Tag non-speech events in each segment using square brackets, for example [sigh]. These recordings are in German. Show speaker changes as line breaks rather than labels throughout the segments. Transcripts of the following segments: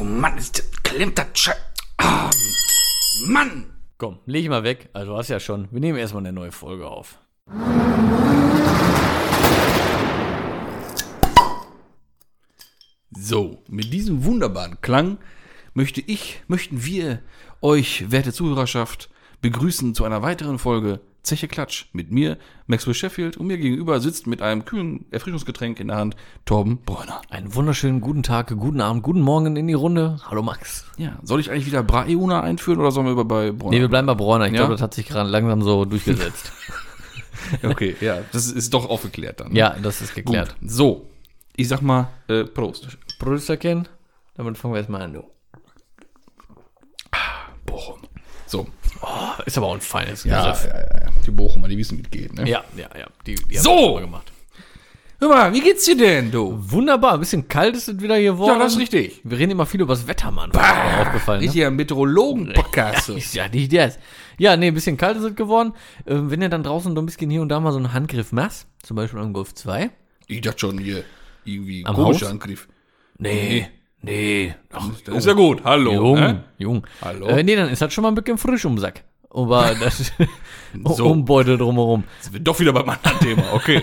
Oh Mann, ist das, klemmt das Scheiß. Ah, Mann!
Komm, leg ich mal weg. Also, du hast ja schon. Wir nehmen erstmal eine neue Folge auf.
So, mit diesem wunderbaren Klang möchte ich, möchten wir euch, werte Zuhörerschaft, begrüßen zu einer weiteren Folge Zeche Klatsch mit mir, Maxwell Sheffield, und mir gegenüber sitzt mit einem kühlen Erfrischungsgetränk in der Hand Torben Bräuner.
Einen wunderschönen guten Tag, guten Abend, guten Morgen in die Runde. Hallo Max.
Ja, soll ich eigentlich wieder Braeuna einführen oder sollen wir über bei
Nee,
Bräuner?
wir bleiben bei Bräuner. Ich
Ja?
glaube, das hat sich gerade langsam so durchgesetzt.
[laughs] okay, ja, das ist doch aufgeklärt dann.
[laughs] ja, das ist
Gut.
geklärt.
So, ich sag mal äh, Prost.
Produzerkin, damit fangen wir erstmal an.
Bochum. So,
Ist aber auch ein feines
ja,
Gesöff.
ja, ja, ja. die Bochumer, die wissen, wie es geht, ne?
Ja, ja, ja. Die, die haben
So!
das schon mal gemacht.
Hör mal, wie geht's dir denn, du?
Wunderbar, ein bisschen kalt ist es wieder geworden.
Ja, das ist richtig.
Wir reden immer viel über das Wetter, Mann. Das ist mir aufgefallen. Ne?
Richtiger Meteorologen-Podcast. du.
Ist ja nicht das. Ja, nee, ein bisschen kalt ist es geworden. Ähm, wenn ihr dann draußen so ein bisschen hier und da mal so einen Handgriff machst, zum Beispiel am Golf 2.
[laughs] Ich dachte schon hier, irgendwie
Am
komischer
Haus?
Angriff.
Nee, nee. Ach,
Das ist ja gut, hallo.
Jung,
ne?
jung.
Hallo?
Äh, nee, dann ist das schon mal ein bisschen frisch um den Sack. [laughs] Aber das [laughs]
So.
Umbeutel drumherum.
Jetzt wird doch wieder beim anderen Thema, [laughs] okay.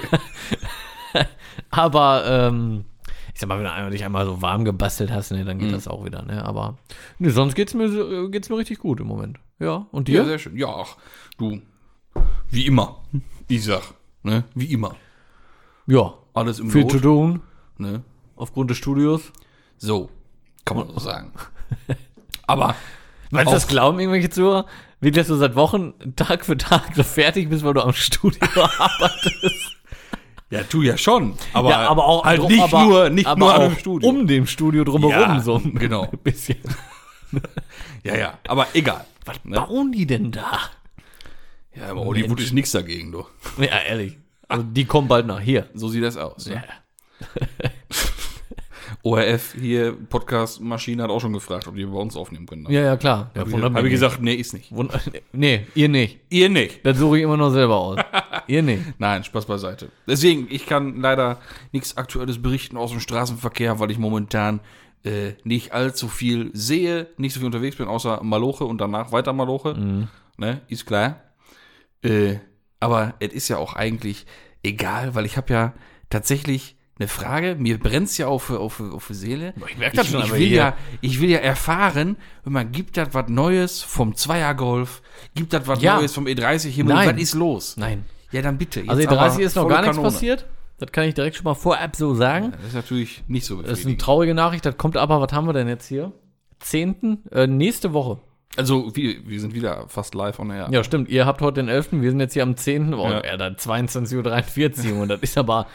Aber ähm, ich sag mal, wenn du einmal- dich einmal so warm gebastelt hast, ne, dann geht das auch wieder, ne? Aber nee, sonst geht's mir so- äh, geht's mir richtig gut im Moment. Ja. Und dir?
Ja, sehr schön. Ja, ach, du, wie immer. Ich sag, ne, wie immer.
Ja.
Alles im
Viel
Lot,
zu tun
ne?
aufgrund des Studios.
So, kann man so sagen. Aber
Meinst du, das glauben irgendwelche Zuhörer? Wie das so seit Wochen Tag für Tag so fertig bist, weil du am Studio [laughs] arbeitest.
Ja, tu ja schon. Aber,
halt
halt nicht nur, nicht nur an dem Studio.
um dem Studio drumherum
Ja,
so ein
genau.
bisschen.
ja, ja, aber egal. Ne?
Was bauen die denn da?
Ja, aber Hollywood ist nichts dagegen, du.
Ja, ehrlich. Also die kommen bald nach hier.
So sieht das aus. Ne? [laughs] ORF hier, Podcast-Maschine hat auch schon gefragt, ob die bei uns aufnehmen können.
Ja, ja, klar. Ja,
Habe ich gesagt, nee, ist nicht.
Wund [laughs] nee, ihr nicht.
Ihr nicht.
Das suche ich immer noch selber [laughs] aus. ihr nicht.
Nein, Spaß beiseite. Deswegen, ich kann leider nichts Aktuelles berichten aus dem Straßenverkehr, weil ich momentan äh, nicht allzu viel sehe, nicht so viel unterwegs bin, außer Maloche und danach weiter Maloche.
Mhm.
Ne, ist klar. Äh, aber es ist ja auch eigentlich egal, weil ich habe ja tatsächlich eine Frage. Mir brennt's ja auf, auf, auf die Seele.
Ich merk das
ich,
schon,
ich
aber
will
hier-
ja, Ich will ja erfahren, wenn man gibt das was Neues vom Zweiergolf, gibt das was
Ja.
Neues vom E30-Himmel,
Nein.
was ist los?
Nein.
Ja, dann bitte.
Also die
Jetzt aber
30 ist noch
volle
gar nichts
Kanone.
passiert. Das kann ich direkt schon mal vorab so sagen.
Das ist natürlich nicht so
Das ist eine
befriedigend.
traurige Nachricht. Das kommt aber, was haben wir denn jetzt hier? Zehnten? Äh, nächste Woche.
Also wir, wir sind wieder fast live on air.
Ja, stimmt. Ihr habt heute den 11. Wir sind jetzt hier am 10. Oh,
Ja.
ja. dann 22.43 Uhr. Und das ist aber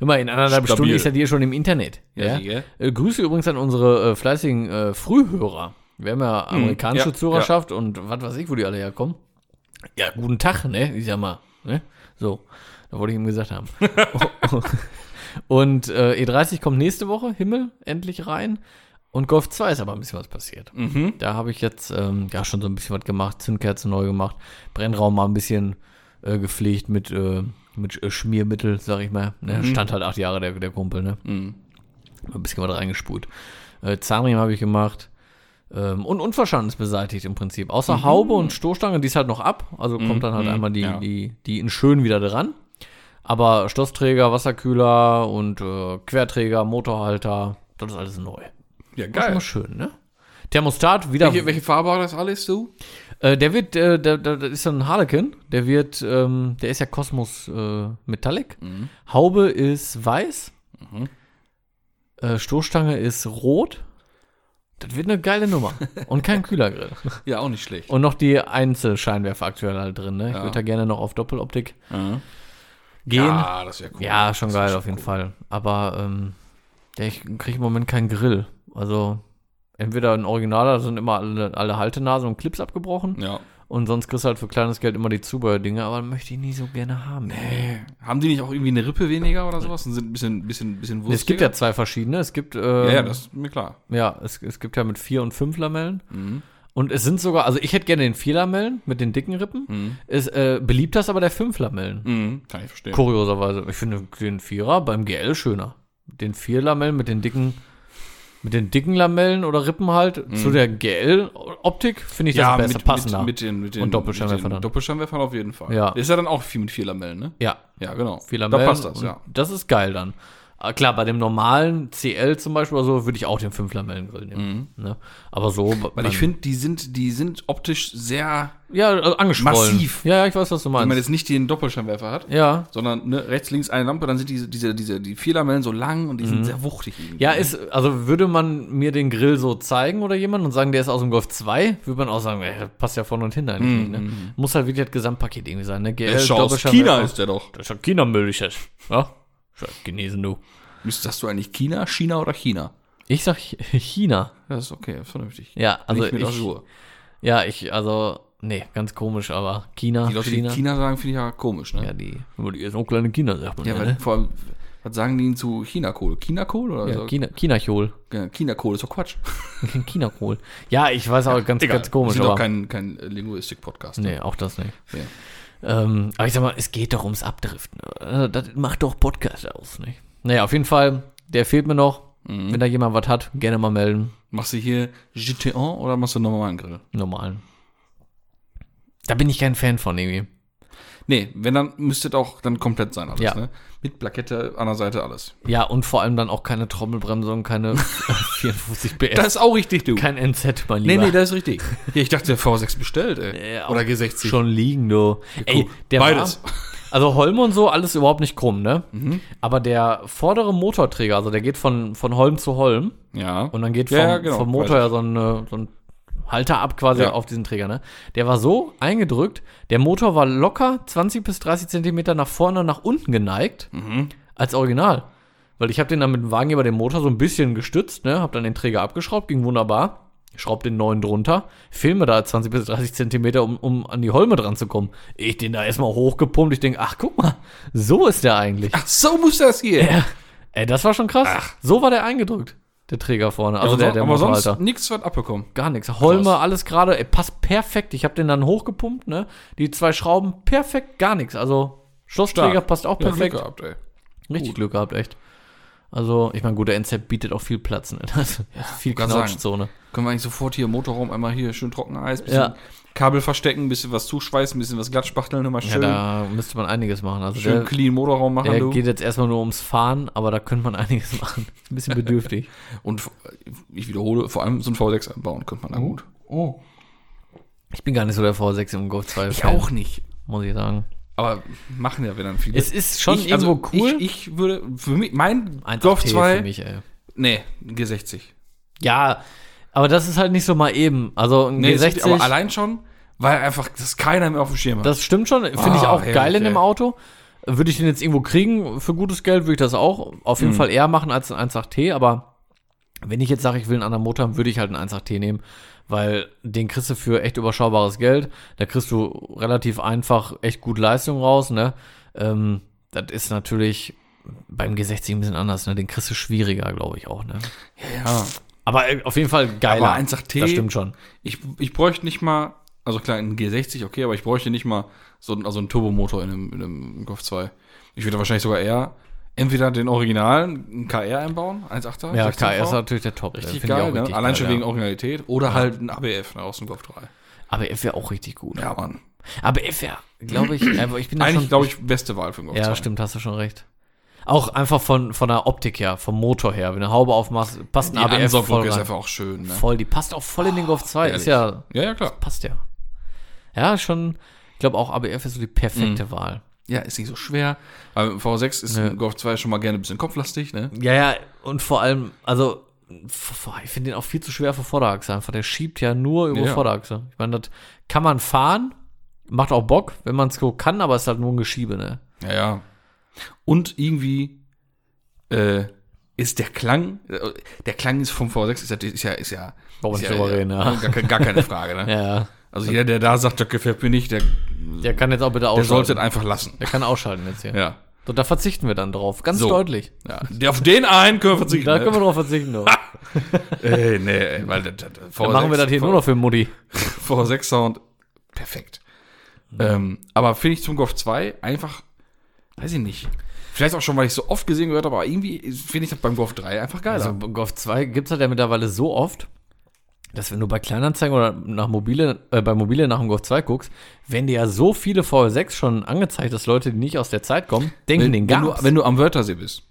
immer in anderthalb
Stabil.
Stunden ist ja ihr schon im Internet.
Ja, sicher.
Äh, Grüße übrigens an unsere äh, fleißigen äh, Frühhörer. Wir haben ja amerikanische
ja,
Zuhörerschaft und was weiß ich, wo die alle herkommen. Ja, guten Tag, ne? Ich sag mal. Ne? So, da wollte ich ihm gesagt haben. und äh, E30 kommt nächste Woche, Himmel, endlich rein. Und Golf 2 ist aber ein bisschen was passiert. Da habe ich jetzt ähm, ja schon so ein bisschen was gemacht, Zündkerzen neu gemacht, Brennraum mal ein bisschen äh, gepflegt mit, äh, mit äh, Schmiermittel, sag ich mal. Ne?
Mhm.
Stand halt acht Jahre der, der Kumpel, ne? Ein bisschen was reingespult. Äh, Zahnriemen habe ich gemacht. Ähm, und Unverstandenes beseitigt im Prinzip. Außer Haube und Stoßstange, die ist halt noch ab. Also kommt dann halt einmal die,
Mhm. ja.
die, die in schön wieder dran. Aber Schlossträger, Wasserkühler und äh, Querträger, Motorhalter, das ist alles neu.
Ja,
Das ist
geil.
immer schön, ne? Thermostat wieder.
Welche, welche Farbe hat das alles so?
Äh, der wird, äh, der, der, der ist ein Harlequin. Der wird, ähm, der ist ja Kosmos äh, Metallic. Haube ist weiß. Äh, Stoßstange ist rot. Das wird eine geile Nummer. Und kein Kühlergrill.
Ja, auch nicht schlecht.
Und noch die Einzelscheinwerfer aktuell halt drin, ne? Ich würde da gerne noch auf Doppeloptik gehen. Ja,
Ah, das wäre cool.
schon geil auf jeden Fall. Aber ähm, der, ich kriege im Moment keinen Grill. Also entweder ein Originaler, da sind immer alle, alle Haltenasen und Clips abgebrochen.
Ja.
Und sonst kriegst du halt für kleines Geld immer die Zubehördinge, aber möchte ich nie so gerne haben.
Haben die nicht auch irgendwie eine Rippe weniger oder sowas? Und sind ein bisschen, bisschen, bisschen
es gibt ja zwei verschiedene. Es gibt, äh,
ja,
ja,
ja, das ist mir klar.
es, es gibt ja mit vier und fünf Lamellen. Und es sind sogar, also ich hätte gerne den vier Lamellen mit den dicken Rippen. Ist, äh, beliebt das aber der fünf Lamellen.
Mhm. Kann ich verstehen.
Kurioserweise. Ich finde den Vierer beim GL schöner. Den vier Lamellen mit den dicken Mit den dicken Lamellen oder Rippen halt zu der GL-Optik finde ich das
Mhm. Ja,
besser,
mit,
passender.
mit, mit den, mit den,
Und Doppelscheinwerfern
mit
dann.
den Doppelscheinwerfern auf jeden Fall.
Ja.
Ist ja dann auch viel mit vier Lamellen, ne?
ja,
Ja, genau.
viel
da
Lamellen.
passt das,
und
ja.
Das ist geil dann. Ah, Klar, bei dem normalen CL zum Beispiel oder so würde ich auch den 5-Lamellen-Grill nehmen. Ne? Aber so.
Mhm. Weil ich finde, die sind, die sind optisch sehr,
Ja, also angeschwollen.
Massiv.
Ja, ja, ich weiß, was du
wenn man
meinst.
jetzt nicht den Doppelscheinwerfer hat,
Ja.
sondern ne, rechts, links eine Lampe, dann sind diese, diese, diese, die vier Lamellen so lang und die sind sehr wuchtig. irgendwie.
Ja, ist, also würde man mir den Grill so zeigen oder jemand und sagen, der ist aus dem Golf 2, würde man auch sagen, ey, passt ja vorne und hinten eigentlich nicht. Ne? Muss halt wirklich das Gesamtpaket irgendwie sein, ne?
Mhm, Der
GL,
ist schon aus
Doppelscheinwerfer.
China äh, ist der doch.
Das ist ja China-Müll, ich das. Ja? Ist ja Chinesen, du.
Müsstest- Sagst du eigentlich China, China oder China?
Ich sag Ch- China.
Das ist okay, das ist vernünftig.
Ja, also
Nicht mit
ich,
Azure.
ja, ich, also, nee, ganz komisch, aber China,
Die Leute,
China.
die China sagen, finde ich ja komisch, ne?
ja, die, aber die ist auch kleine China, sagt man
Ja,
ja,
weil
ne?
vor allem, was sagen die denn zu China-Kohle? China-Kohle oder
Ja,
so?
China, [laughs] China-Chol.
Ja, China-Kohle ist doch Quatsch.
China-Chol. Ja, ich weiß auch, ganz, ganz komisch,
ist
aber.
doch kein, kein äh, Linguistik-Podcast.
Nee, auch das nicht.
Nee.
Ähm, aber ich sag mal, es geht doch ums Abdriften. Äh, Das macht doch Podcast aus, nicht? Naja, auf jeden Fall, der fehlt mir noch. Wenn da jemand was hat, gerne mal melden.
Machst du hier GTA oder machst du einen normalen Grill?
Normalen. Da bin ich kein Fan von irgendwie.
Nee, wenn dann müsste das auch dann komplett sein alles,
Ja.
ne? Mit Plakette an der Seite alles.
Ja, und vor allem dann auch keine Trommelbremse und [laughs] keine 54 PS.
Das ist auch richtig, du.
kein NZ, mein
nee,
Lieber.
nee, das ist
[laughs]
richtig. Ja, ich dachte, der V6 bestellt, ey.
Äh, auch
oder G60.
Schon liegen, du. Ey, der
Beides. Mhm.
War, also Holm und so, alles überhaupt nicht krumm, ne? Aber der vordere Motorträger, also der geht von, von Holm zu Holm.
Ja.
Und dann geht vom,
Ja, ja, genau,
vom Motor ja so ein, äh, so ein Halter ab quasi
Ja.
auf diesen Träger. Ne? Der war so eingedrückt, der Motor war locker 20 bis 30 Zentimeter nach vorne und nach unten geneigt
Mhm.
als Original. Weil ich habe den dann mit dem Wagenheber den Motor so ein bisschen gestützt, ne? habe dann den Träger abgeschraubt, ging wunderbar. Schraub den neuen drunter, fehlen mir da 20 bis 30 Zentimeter, um, um an die Holme dran zu kommen. Ich den da erstmal hochgepumpt, ich denke, ach guck mal, so ist der eigentlich.
Ach, so muss das hier.
Ja. Ey, das war schon krass. So war der eingedrückt, der Träger vorne. Also
aber
der,
son-
der
aber sonst
Motorhalter.
nichts wird abbekommen.
Gar nichts. Holme, alles gerade. Ey, passt perfekt. Ich habe den dann hochgepumpt, ne? Die zwei Schrauben, perfekt, gar nichts. Also Schlossträger
Stark.
passt auch
Ja,
perfekt.
Glück gehabt, ey.
Richtig Glück gehabt, echt. Also, ich meine, gut, der NZ bietet auch viel Platz, ne? [laughs] Also, viel
grad sagen.
Knautschzone.
Können wir eigentlich sofort hier im Motorraum einmal hier schön trockeneis, bisschen
Ja.
Kabel verstecken, bisschen was zuschweißen, bisschen was glattspachteln, immer
Ja,
schön,
da müsste man einiges machen. Also
schön clean Motorraum machen.
der, der
du.
geht jetzt erstmal nur ums Fahren, aber da könnte man [laughs] einiges machen. Ein bisschen bedürftig.
Und v- ich wiederhole, vor allem so ein V6 anbauen könnte
Mhm.
man da gut. Oh.
Ich bin gar nicht so der V6 im Golf 2.
Ich auch nicht.
Muss ich sagen.
Aber machen ja, wenn dann viele.
Es ist schon
ich,
irgendwo
also,
cool.
Ich, ich würde, für mich, mein
1
Golf
T
2,
für mich, ey.
nee, ein G60.
Ja, aber das ist halt nicht so mal eben. Also ein
Nee,
G60,
G60. Aber allein schon, weil einfach das keiner mehr auf dem Schirm hat.
das stimmt schon, finde ich
Ah,
auch
herrlich,
geil in dem
ey.
Auto. Würde ich den jetzt irgendwo kriegen für gutes Geld, würde ich das auch auf
Mhm.
jeden Fall eher machen als ein 1.8T, aber wenn ich jetzt sage, ich will einen anderen Motor haben, würde ich halt einen 1.8T nehmen, weil den kriegst du für echt überschaubares Geld, da kriegst du relativ einfach echt gut Leistung raus, ne? Ähm, das ist natürlich beim G60 ein bisschen anders, ne? Den kriegst du schwieriger, glaube ich auch, ne?
ja.
Aber äh, auf jeden Fall geiler.
Aber 1.8T
das stimmt schon.
Ich, ich bräuchte nicht mal, also klar, ein G60, okay, aber ich bräuchte nicht mal so, einen- also einen Turbomotor in einem, in einem Golf 2. Ich würde wahrscheinlich sogar eher entweder den originalen einen KR einbauen, 1.8er.
Ja,
16V.
KR ist natürlich der Top. äh,
Richtig
finde ich
geil,
auch
ne?
richtig
Allein schon
geil,
wegen Originalität. Oder halt ein ABF ne, aus dem Golf 3.
ja. Aber F wäre auch richtig gut.
Ja, Mann.
Aber F wäre, glaube ich, aber ich bin da
Eigentlich,
schon-
glaube ich, beste Wahl für den Golf
Ja,
2.
stimmt, hast du schon recht. Auch einfach von, von der Optik her, vom Motor her. Wenn du eine Haube aufmachst, passt
Die
ein ABF voll
Ansauglocke ist
rein.
einfach auch schön. Ne?
Voll, die passt auch voll in den Golf 2. Ist
Ehrlich.
ja,
Ja, ja, klar.
passt ja. Ja, schon, ich glaube auch ABF ist so die
Mhm.
perfekte Wahl.
Ja, ist nicht so schwer. Aber mit dem V6 ist ein Golf 2 schon mal gerne ein bisschen kopflastig, ne?
Ja, ja, und vor allem, also, f- f- ich finde den auch viel zu schwer für Vorderachse einfach. Der schiebt ja nur über
Ja.
Vorderachse. Ich meine, das kann man fahren, macht auch Bock, wenn man es so kann, aber es ist halt nur ein Geschiebe, ne?
Ja, ja. Und irgendwie äh, ist der Klang, äh, der Klang ist vom V6 ist ja, ist ja, ist ja,
Brauchen
ist
wir nicht drüber reden, ja.
Gar, ke- gar keine Frage, [laughs] ne?
[laughs] Ja,
Also jeder, der da sagt, das gefällt mir nicht, der,
der kann jetzt auch bitte
der
ausschalten.
sollte es einfach lassen.
der kann ausschalten jetzt hier.
Ja.
So, da verzichten wir dann drauf, ganz
So.
deutlich.
ja. Der auf den einen können wir verzichten.
Da
ne?
können wir drauf
[laughs]
verzichten. doch. Dann
Ey, nee, ey, weil das, das, V6,
machen wir das hier nur noch für Mutti.
V6 Sound, perfekt. Ähm, aber finde ich zum Golf 2 einfach, weiß ich nicht. Vielleicht auch schon, weil ich so oft gesehen gehört habe, aber irgendwie finde ich das beim Golf 3 einfach geiler.
Also Golf 2 gibt es halt ja mittlerweile so oft, dass wenn du bei Kleinanzeigen oder nach mobile, äh, bei mobile nach dem Golf 2 guckst, werden dir ja so viele VL6 schon angezeigt, dass Leute, die nicht aus der Zeit kommen, denken,
wenn,
den
wenn, du,
gab's.
wenn du am Wörthersee bist,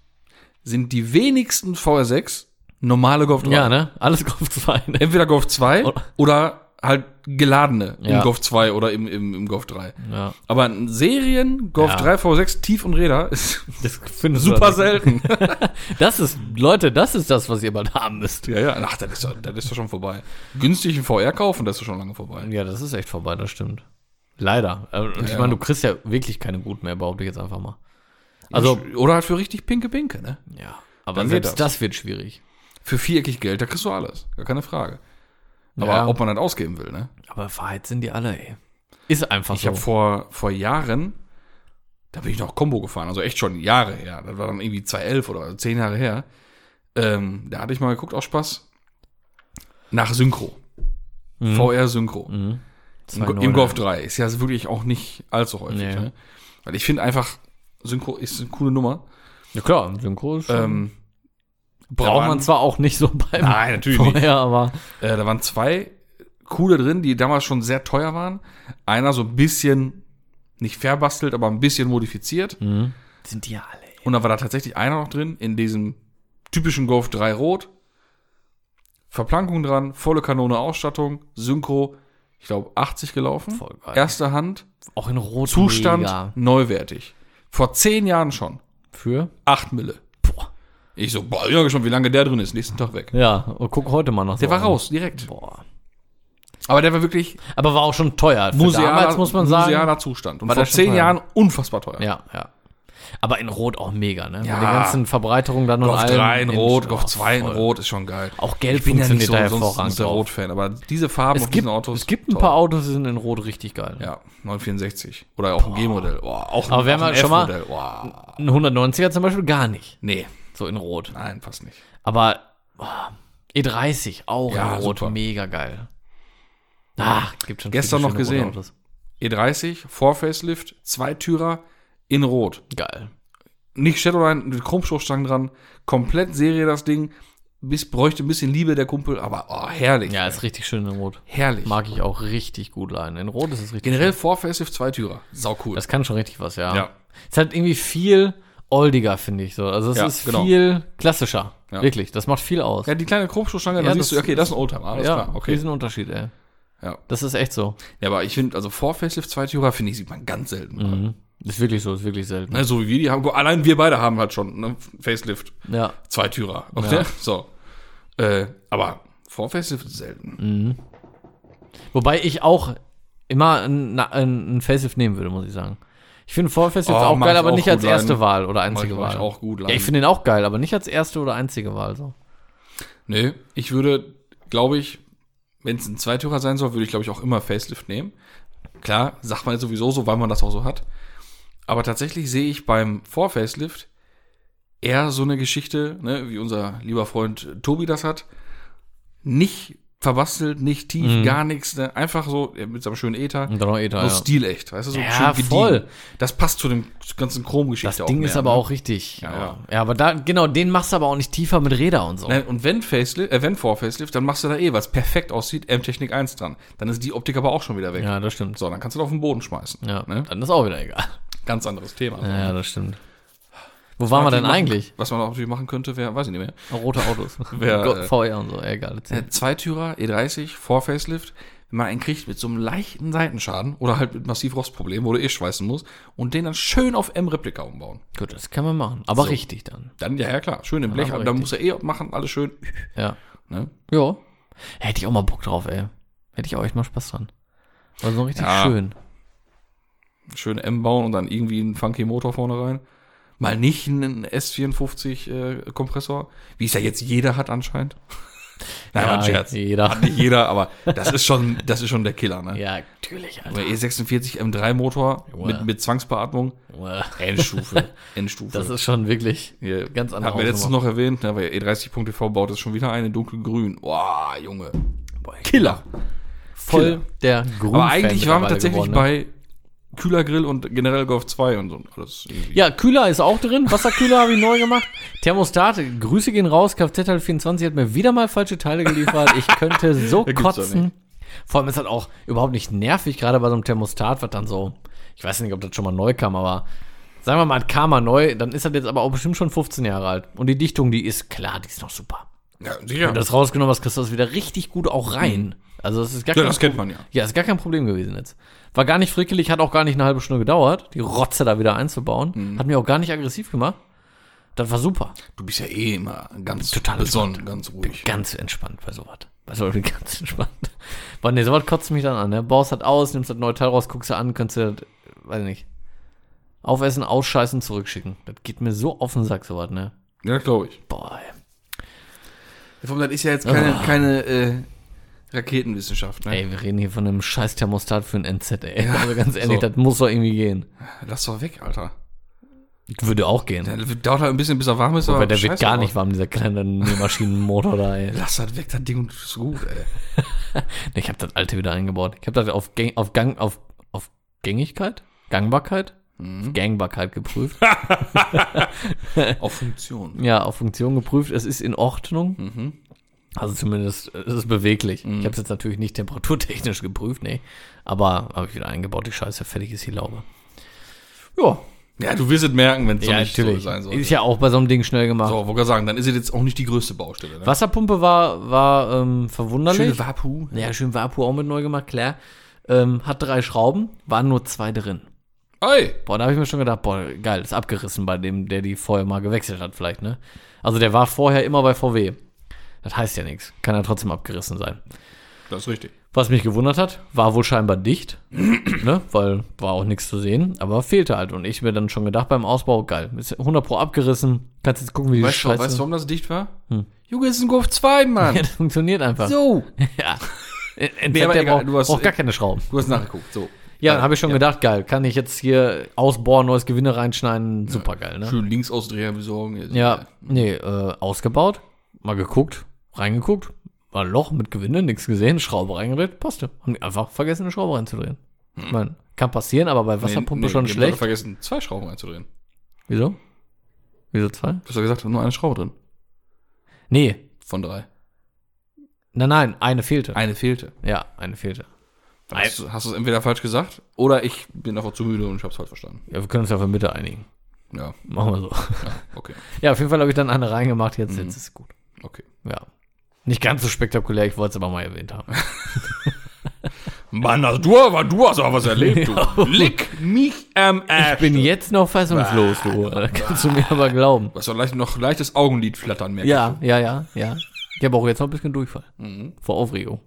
sind die wenigsten VR6 normale Golf 3.
ja, ne? Alles Golf 2. Ne?
Entweder Golf 2
Oder-
oder halt geladene im
Ja.
Golf 2 oder im, im, im Golf 3.
Ja,
Aber in Serien, Golf
Ja.
3, V6, Tief und Räder
[laughs]
ist
das findest
[laughs]
du
super
halt-
selten.
Das ist, Leute, das ist das, was ihr bald haben müsst.
ja, ja. Ach, das ist, doch- das ist doch schon vorbei. Günstig ein VR kaufen, das ist doch schon lange vorbei.
Ja, das ist echt vorbei, das stimmt. Leider. Äh, Und ich
Ja.
meine, du kriegst ja wirklich keine guten mehr, behaupte ich jetzt einfach mal. Also,
oder halt für richtig pinke Pinke, ne?
ja, aber
Dann geht
selbst
das.
das. wird schwierig.
Für viereckig Geld, da kriegst du alles. Gar keine Frage. Aber
Ja.
ob man das ausgeben will, ne?
Aber Wahrheit sind die alle, ey. Ist einfach
Ich
so.
habe vor, vor Jahren, da bin ich noch Combo gefahren, also echt schon Jahre her. Das war dann irgendwie 2011 oder 10 Jahre her. Ähm, da hatte ich mal geguckt, auch Spaß. Nach Synchro. VR Synchro.
Mhm.
Im, Go-
2,9.
Im Golf 3. Ist ja also wirklich auch nicht allzu häufig.
Nee.
Ne? Weil ich finde einfach, Synchro ist eine coole Nummer.
Ja klar, im Synchro ist schon-
Ähm,
braucht man zwar auch nicht so beim
Nein, natürlich
vorher,
nicht.
aber
Äh, da waren zwei coole drin, die damals schon sehr teuer waren. Einer so ein bisschen, nicht verbastelt, aber ein bisschen modifiziert.
Mhm. sind die ja alle. ey.
Und da war da tatsächlich einer noch drin, in diesem typischen Golf 3 Rot. Verplankung dran, volle Kanone Ausstattung, Synchro, ich glaube 80 gelaufen.
Voll geil.
Erste Hand,
Auch in Rot.
Zustand
mega.
neuwertig. Vor zehn Jahren schon.
Für?
8 Mille.
Boah.
Ich so, boah, ich bin gespannt, wie lange der drin ist. Nächsten Tag weg.
Ja, und guck heute mal noch.
Der
so
war
an.
raus, direkt.
Boah.
Aber der war wirklich
Aber war auch schon teuer. Für damals muss man sagen.
musealer Zustand. Und
war
vor
der schon
zehn
teuer.
Jahren unfassbar teuer.
Ja, ja. Aber in Rot auch mega, ne?
Ja.
Mit den ganzen Verbreiterungen dann
Golf 3 in Rot, Golf 2 in
voll.
Rot ist schon geil.
Auch Geld
Ich bin ja nicht
funktioniert
so,
da
sonst
hervorragend
sonst der
drauf.
Rot-Fan, aber diese Farben
Es gibt,
diesen Autos.
es gibt ein
toll.
paar Autos, die sind in Rot richtig geil.
Ja, 964. Oder auch ein G-Modell. Oh, auch ein,
Aber wir
auch
haben
ein
ja schon mal-
F-Modell. Oh.
Ein 190er zum Beispiel gar nicht.
Nee,
So in Rot.
nein, passt nicht.
Aber boah, E30 auch
Ja,
in Rot,
super.
mega geil. Ach, gibt schon
Gestern
viele
noch
schöne rote
gesehen. E30, E Vor-Facelift, Zweitürer in Rot.
Geil.
Nicht Shadowline, mit Chromstoßstangen dran. Komplett Serie das Ding. Bis, bräuchte ein bisschen Liebe der Kumpel, aber oh, herrlich.
Ja, ist richtig schön in Rot.
herrlich.
Mag ich auch richtig gut leiden. In Rot ist es richtig.
Generell Vor-Facelift, Zweitürer. Sau cool.
Das kann schon richtig was, ja.
Ja.
Es hat irgendwie viel oldiger, finde ich so. Also es
Ja,
ist
genau.
viel klassischer.
Ja.
Wirklich, das macht viel aus.
ja, die kleine Chromstoßstange, da
Ja,
siehst du,
das-
okay, das ist ein Oldtimer. Alles
Ja,
klar, okay.
Riesenunterschied, ey.
Ja.
Das ist echt so.
Ja, aber ich finde, also vor Facelift Zweitürer, finde ich, sieht man ganz selten. mal.
Mhm. Ist wirklich so, ist wirklich selten.
Ne, so wie wir die haben. Allein wir beide haben halt schon ne, Facelift
Ja.
Zweitürer. Okay? [laughs] So. Äh, aber vor Facelift ist selten.
Wobei ich auch immer ein, na- ein, ein Facelift nehmen würde, muss ich sagen. Ich finde Vorfacelift
Oh,
auch
mag
geil,
ich
aber
auch
nicht als
gut
erste
leiden.
Wahl oder
Mach ich,
einzige
mach
Wahl.
ich auch gut.
ja, ich finde den auch geil, aber nicht als erste oder einzige Wahl. So.
nee, ich würde, glaube ich, wenn es ein Zweitürer sein soll, würde ich, glaube ich, auch immer Facelift nehmen. Klar, sagt man jetzt sowieso so, weil man das auch so hat. Aber tatsächlich sehe ich beim Vor-Facelift eher so eine Geschichte, ne, wie unser lieber Freund äh, Tobi das hat. Nicht verbastelt, nicht tief, gar nichts. Ne? Einfach so äh, mit seinem schönen Äther.
Und dann noch Ether,
So
Mhm. ja.
stilecht, weißt du, so
Ja,
gediegen.
voll.
Das passt zu dem ganzen Chrom-Geschichte
Das Ding
mehr,
ist aber
ne?
auch richtig.
Ja, ja.
ja, Ne. aber da, genau, den machst du aber auch nicht tiefer mit Räder und so.
Nein, Und wenn Facelift, äh, wenn vor Facelift, dann machst du da eh, weil es perfekt aussieht, M-Technik 1 dran. Dann ist die Optik aber auch schon wieder weg.
Ja, das stimmt.
So, dann kannst du da auf den Boden schmeißen.
Ja,
Ne?
dann ist auch wieder egal.
Ganz anderes Thema.
Ja, das stimmt. Wo waren wir denn
machen,
eigentlich?
Was man auch natürlich machen könnte, wäre, weiß ich nicht mehr.
Rote [laughs] Autos.
Wer,
Go-
äh,
VR und so, egal. erzähl.
Äh, Zweitürer, E30, vor Facelift, wenn man einen kriegt mit so einem leichten Seitenschaden oder halt mit massiv Rostproblem, wo du eh schweißen musst, und den dann schön auf M-Replika umbauen.
Gut, das kann man machen. Aber richtig dann.
Dann, ja, ja, klar, schön im Blech,
aber
aber dann
richtig.
musst du eh machen, alles schön.
Ja.
Ne?
Ja. Hätte ich auch mal Bock drauf, ey. Hätte ich auch echt mal Spaß dran. War so richtig
Ja.
schön.
schön M bauen und dann irgendwie einen funky Motor vorne rein. Mal nicht einen S54 äh, Kompressor, wie es ja jetzt jeder hat anscheinend. [laughs] Nein, war ein Scherz.
Jeder.
Nicht jeder, aber das ist schon, das ist schon der Killer, ne?
Ja, natürlich,
Der E
Alter.
E46 M3 Motor
Wow.
mit, mit Zwangsbeatmung. Endstufe. [laughs] Endstufe.
Das ist schon wirklich
Hier,
ganz andere
Haben wir letztens
Hausnummer.
noch erwähnt, ne, weil E30.tv baut es schon wieder ein in dunkelgrün. Boah, Junge.
Boah,
Killer.
voll der Grund.
Genau.
ne?
Aber eigentlich waren wir tatsächlich bei Kühler Grill und generell Golf 2 und so alles. irgendwie.
Ja, Kühler ist auch drin. Wasserkühler habe ich neu gemacht. Thermostat, Grüße gehen raus. Kfz-24 hat mir wieder mal falsche Teile geliefert. Ich könnte
[laughs]
so
gibt's doch
kotzen. Vor allem ist das auch überhaupt nicht nervig, gerade bei so einem Thermostat, was dann so, ich weiß nicht, ob das schon mal neu kam, aber sagen wir mal, es kam mal neu, dann ist das jetzt aber auch bestimmt schon 15 Jahre alt. Und die Dichtung, die ist klar, die ist noch super.
Ja, sicher.
Wenn du
Das,
das rausgenommen hast, kriegst du das wieder richtig gut auch rein. Also das ist gar
Mhm. ja,
kein
das kennt man ja.
ja, ist gar kein Problem gewesen jetzt. War gar nicht frickelig, hat auch gar nicht eine halbe Stunde gedauert, die Rotze da wieder einzubauen.
Mhm.
Hat mir auch gar nicht aggressiv gemacht. Das war super.
Du bist ja eh immer ganz
Total
besonnen, ganz ruhig.
Ganz entspannt bei sowas. Bei sowas [laughs] bin ich ganz entspannt. Boah, nee, sowas kotzt mich dann an. Ne? Baust das aus, nimmst das neue Teil raus, guckst du an, kannst du das, weiß nicht, aufessen, ausscheißen, zurückschicken. Das geht mir so auf den Sack, sowas, ne?
Ja, glaube ich.
Boah, ey.
Vor allem, das ist ja jetzt keine, keine äh, Raketenwissenschaft. Ne?
Ah. Ey, wir reden hier von einem scheiß Thermostat für ein NZ, ey.
Ja,
also ganz ehrlich,
so.
das muss doch irgendwie gehen.
Lass doch weg, Alter.
Würde auch gehen.
Ja, das dauert halt ein bisschen, bis er warm ist,
Weil der wird
scheiß
gar
drauf.
nicht warm, dieser kleine Nähmaschinenmotor da, ey.
Lass das weg, das Ding und ist gut, ey.
Nee, Ich habe das alte wieder eingebaut. Ich habe das auf, Gäng, auf, Gang, auf, auf Gängigkeit, Gangbarkeit,
Mhm.
auf Gangbarkeit geprüft.
[laughs]
[laughs]
Auf Funktion.
ja, auf Funktion geprüft. Es ist in Ordnung. Also zumindest äh, es ist beweglich.
Mhm.
Ich habe es jetzt natürlich nicht temperaturtechnisch geprüft, nee. Aber habe ich wieder eingebaut. Die Scheiße, fertig ist die Laube. Ja,
Ja, du wirst es merken, wenn es
ja
nicht
natürlich.
so sein soll.
ist ja auch bei so einem Ding schnell gemacht.
So, wollte gerade sagen, dann ist es jetzt auch nicht die größte Baustelle. Ne?
Wasserpumpe war, war ähm, verwunderlich.
Wapu.
Ja, schön Vapu auch mit neu gemacht, klar. Ähm, hat drei Schrauben, waren nur zwei drin.
Ey,
Boah, da habe ich mir schon gedacht, boah, geil, ist abgerissen bei dem, der die vorher mal gewechselt hat, vielleicht, ne? Also der war vorher immer bei VW. Das heißt ja nichts. Kann ja trotzdem abgerissen sein.
das ist richtig.
Was mich gewundert hat, war wohl scheinbar dicht, [clears throat] ne? Weil war auch nichts zu sehen, aber fehlte halt. Und ich mir dann schon gedacht beim Ausbau, geil, ist 100 Pro abgerissen, kannst jetzt gucken, wie die
Weißt du,
Scheiße. Hm.
weißt du, warum das dicht war? Junge, es ist ein Golf 2, Mann.
[laughs] Ja, das [laughs] funktioniert einfach.
So.
Ja.
Nee,
Nee,
aber
der
egal,
braucht,
du hast- äh,
braucht gar keine Schrauben.
Du hast nachgeguckt, so.
Ja, dann habe ich schon gedacht, geil, kann ich jetzt hier ausbohren, neues Gewinde reinschneiden, super geil, ne?
Schön Linksausdreher besorgen. Jetzt.
Ja, nee, äh, ausgebaut, mal geguckt, reingeguckt, war ein Loch mit Gewinde, nichts gesehen, Schraube reingedreht, passte. Haben die einfach vergessen, eine Schraube reinzudrehen. Ich meine, kann passieren, aber bei Wasserpumpe schon
ich hab
schlecht.
vergessen, zwei Schrauben einzudrehen.
Wieso? Wieso zwei?
Du hast ja gesagt, nur eine Schraube drin.
Nee,
Von drei.
nein, nein, eine fehlte.
Eine fehlte.
Ja, eine fehlte.
Dann Hast, du- hast du es entweder falsch gesagt oder ich bin einfach zu müde und ich hab's falsch verstanden.
Ja, wir können uns ja auf der Mitte einigen.
Ja,
Machen wir so. [laughs]
okay.
Ja, auf jeden Fall habe ich dann eine reingemacht, jetzt, jetzt ist gut.
Okay.
Ja. Nicht ganz so spektakulär, ich wollte es aber mal erwähnt haben.
Mann, also du, aber du hast aber was erlebt,
[laughs]
du. Lick mich am Arsch.
Ich bin jetzt noch fassungslos, du. Da [laughs] kannst du mir aber glauben.
Was soll leicht, noch leichtes Augenlid flattern merke
Ja, Mhm. ja, ja, ja. Ich habe auch jetzt noch ein bisschen Durchfall. Vor Aufregung.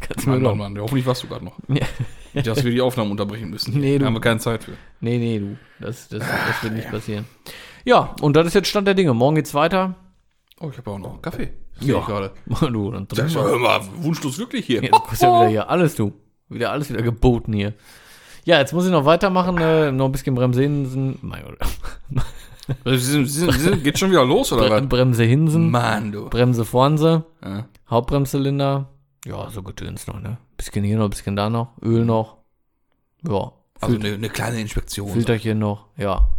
Kannst du
ich.
mir
Mann, Mann,
glauben.
Mann, hoffentlich warst du gerade noch.
Ja.
Nicht, dass wir die Aufnahmen unterbrechen müssen.
Nee, du-
da haben wir keine Zeit für.
Nee, nee, du. Das, das, das wird nicht passieren. Ja, und das ist jetzt Stand der Dinge. Morgen geht's weiter. [laughs]
Oh, ich habe auch noch einen Kaffee. Das
Ja.
sehe ich gerade.
Du, dann
Das ist
drücken
ja
wir.
immer wunschlos glücklich hier.
Jetzt kostet ja wieder hier alles, du. Wieder alles wieder geboten hier. Ja, jetzt muss ich noch weitermachen. Äh, noch ein bisschen Bremsehinsen. Mein Gott.
Sie sind, Sie sind, Sie sind, geht schon wieder los,
[laughs]
oder was?
Bremse Hinsen.
Mann, du.
Bremse Vornse.
Ja.
Hauptbremszylinder. Ja, so Gedöns noch, ne? Bisschen hier noch, bisschen da noch. Öl noch. Ja.
Also eine, eine kleine Inspektion.
Filterchen noch, ja.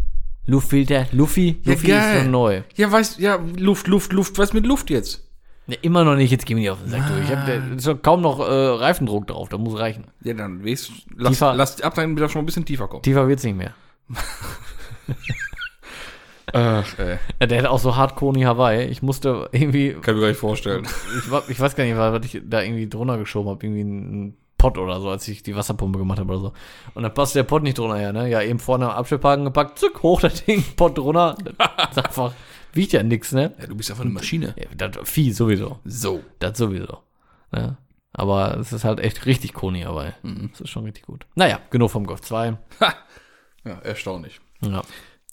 Luftfilter, Luffy,
Ja,
Luffy
geil.
ist noch neu.
Ja, weißt, ja, Luft, Luft, Luft. Was mit Luft jetzt?
Ja, immer noch nicht, jetzt gehen wir nicht auf den Sack durch. Ich hab, da ist doch kaum noch äh, Reifendruck drauf, da muss reichen.
Ja, dann weißt, lass,
Tiefer.
lass die Abteilung wieder schon ein bisschen tiefer kommen.
Tiefer wird's nicht mehr. Äh.
Ach, ey.
Ja, Der hat auch so hart Koni Hawaii. Ich musste irgendwie,
Äh, Kann ich mir gar nicht vorstellen.
ich, wa- ich weiß gar nicht, was ich da irgendwie drunter geschoben habe, irgendwie einen Pott oder so, als ich die Wasserpumpe gemacht habe oder so. Und dann passte der Pott nicht drunter her, ne? Ja, eben vorne am Abstellparken gepackt, zück, hoch [laughs] das Ding, Pott drunter. Das ist einfach, wiegt ja nix, ne?
Ja, du bist einfach eine Maschine.
Ja, das Vieh sowieso.
So.
Das sowieso. Ne? Aber es ist halt echt richtig Koni dabei. Das ist schon richtig gut. Naja, genug vom Golf 2.
Ja, erstaunlich.
Ja.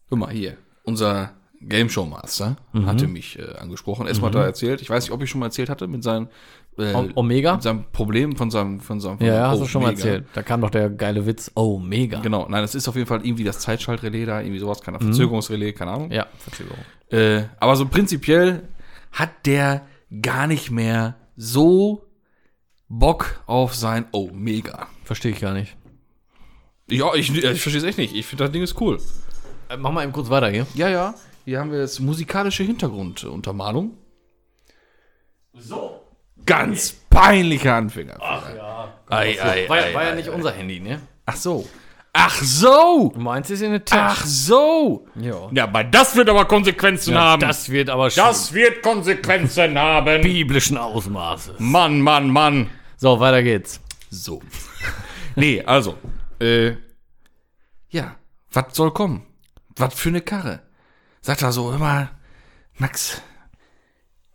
Guck mal hier, unser Game Show Master
Mhm.
hatte mich äh, angesprochen. Erstmal hat er erzählt, ich weiß nicht, ob ich schon mal erzählt hatte, mit seinem, äh,
O- Omega?
mit seinem Problem von seinem, von seinem von
Ja,
seinem
ja, hast du schon mal
Omega.
erzählt. Da kam doch der geile Witz. Oh, mega.
Genau, nein, das ist auf jeden Fall irgendwie das Zeitschaltrelais da, irgendwie sowas, keine
Mhm.
Ahnung, Verzögerungsrelais, keine Ahnung.
Ja, Verzögerung.
Äh, aber so prinzipiell hat der gar nicht mehr so Bock auf sein oh, Omega.
Verstehe ich gar nicht.
Ja, ich, ich verstehe es echt nicht. Ich finde das Ding ist cool.
Äh, mach mal eben kurz weiter, gell?
Ja, ja. Hier haben wir jetzt musikalische Hintergrunduntermalung.
So.
Ganz peinlicher Anfänger.
Ach ja.
Ei, ei,
war,
ei,
war ja
ei,
nicht unser Handy, ne?
Ach so. Ach so.
Meins ist in der Tasche.
Ach so.
Ja.
Ja, aber das wird aber Konsequenzen haben.
Das wird aber schon
Das wird Konsequenzen haben.
biblischen Ausmaßes.
Mann, Mann, Mann.
So, weiter geht's.
So. nee, also. Äh, ja, was soll kommen? Was für eine Karre? Sagt er so, immer, Max,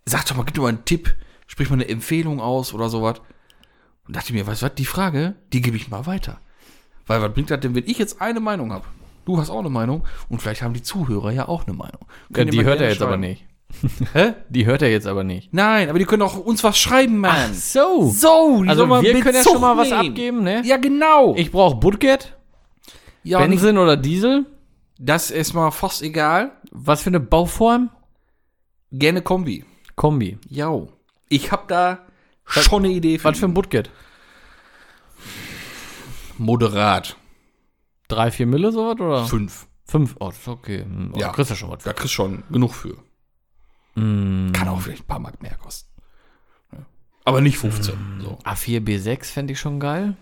sag doch mal, gib doch mal einen Tipp, sprich mal eine Empfehlung aus oder sowas. Und dachte mir, weißt du was, die Frage, die gebe ich mal weiter. Weil was bringt das denn, wenn ich jetzt eine Meinung habe? Du hast auch eine Meinung und vielleicht haben die Zuhörer ja auch eine Meinung.
Ja,
Können
Äh, die
mal
hört er
gerne
jetzt aber
schreiben.
nicht.
Hä?
Die hört er jetzt aber nicht.
Nein, aber die können auch uns was schreiben, Mann.
So.
So, die
Also
sollen mal
wir können ja
Bezug
schon mal was
nehmen.
abgeben, ne?
Ja, genau.
Ich brauche Budget,
ja, nicht-
Benzin oder Diesel.
das ist mal fast egal.
Was für eine Bauform?
Gerne Kombi.
Kombi.
Ja. Ich hab da schon eine Idee
Was für ein Budget?
Moderat.
Drei, vier Mille sowas oder?
Fünf.
Fünf. Oh, das ist okay. Hm, Oh,
Ja.
ja. kriegst ja schon was.
Da kriegst schon genug für.
Mm,
Kann auch vielleicht ein paar Mark mehr kosten. Ja. Aber nicht 15. So.
A4, B6 fände ich schon geil.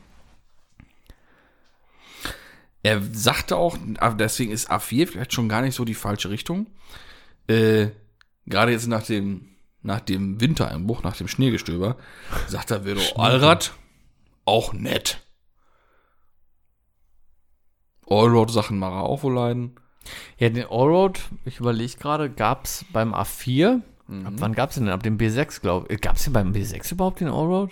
Er sagte auch, ah, deswegen ist A4 vielleicht schon gar nicht so die falsche Richtung. Äh, gerade jetzt nach dem, nach dem Wintereinbruch, nach dem Schneegestöber, sagt er, wäre doch Allrad auch nett. Allroad-Sachen mag er auch wohl leiden.
Ja, den Allroad, ich überlege gerade, gab es beim A4.
Mhm.
Ab wann gab es den denn? Ab dem B6, glaube ich. Gab es den beim B6 überhaupt, den Allroad?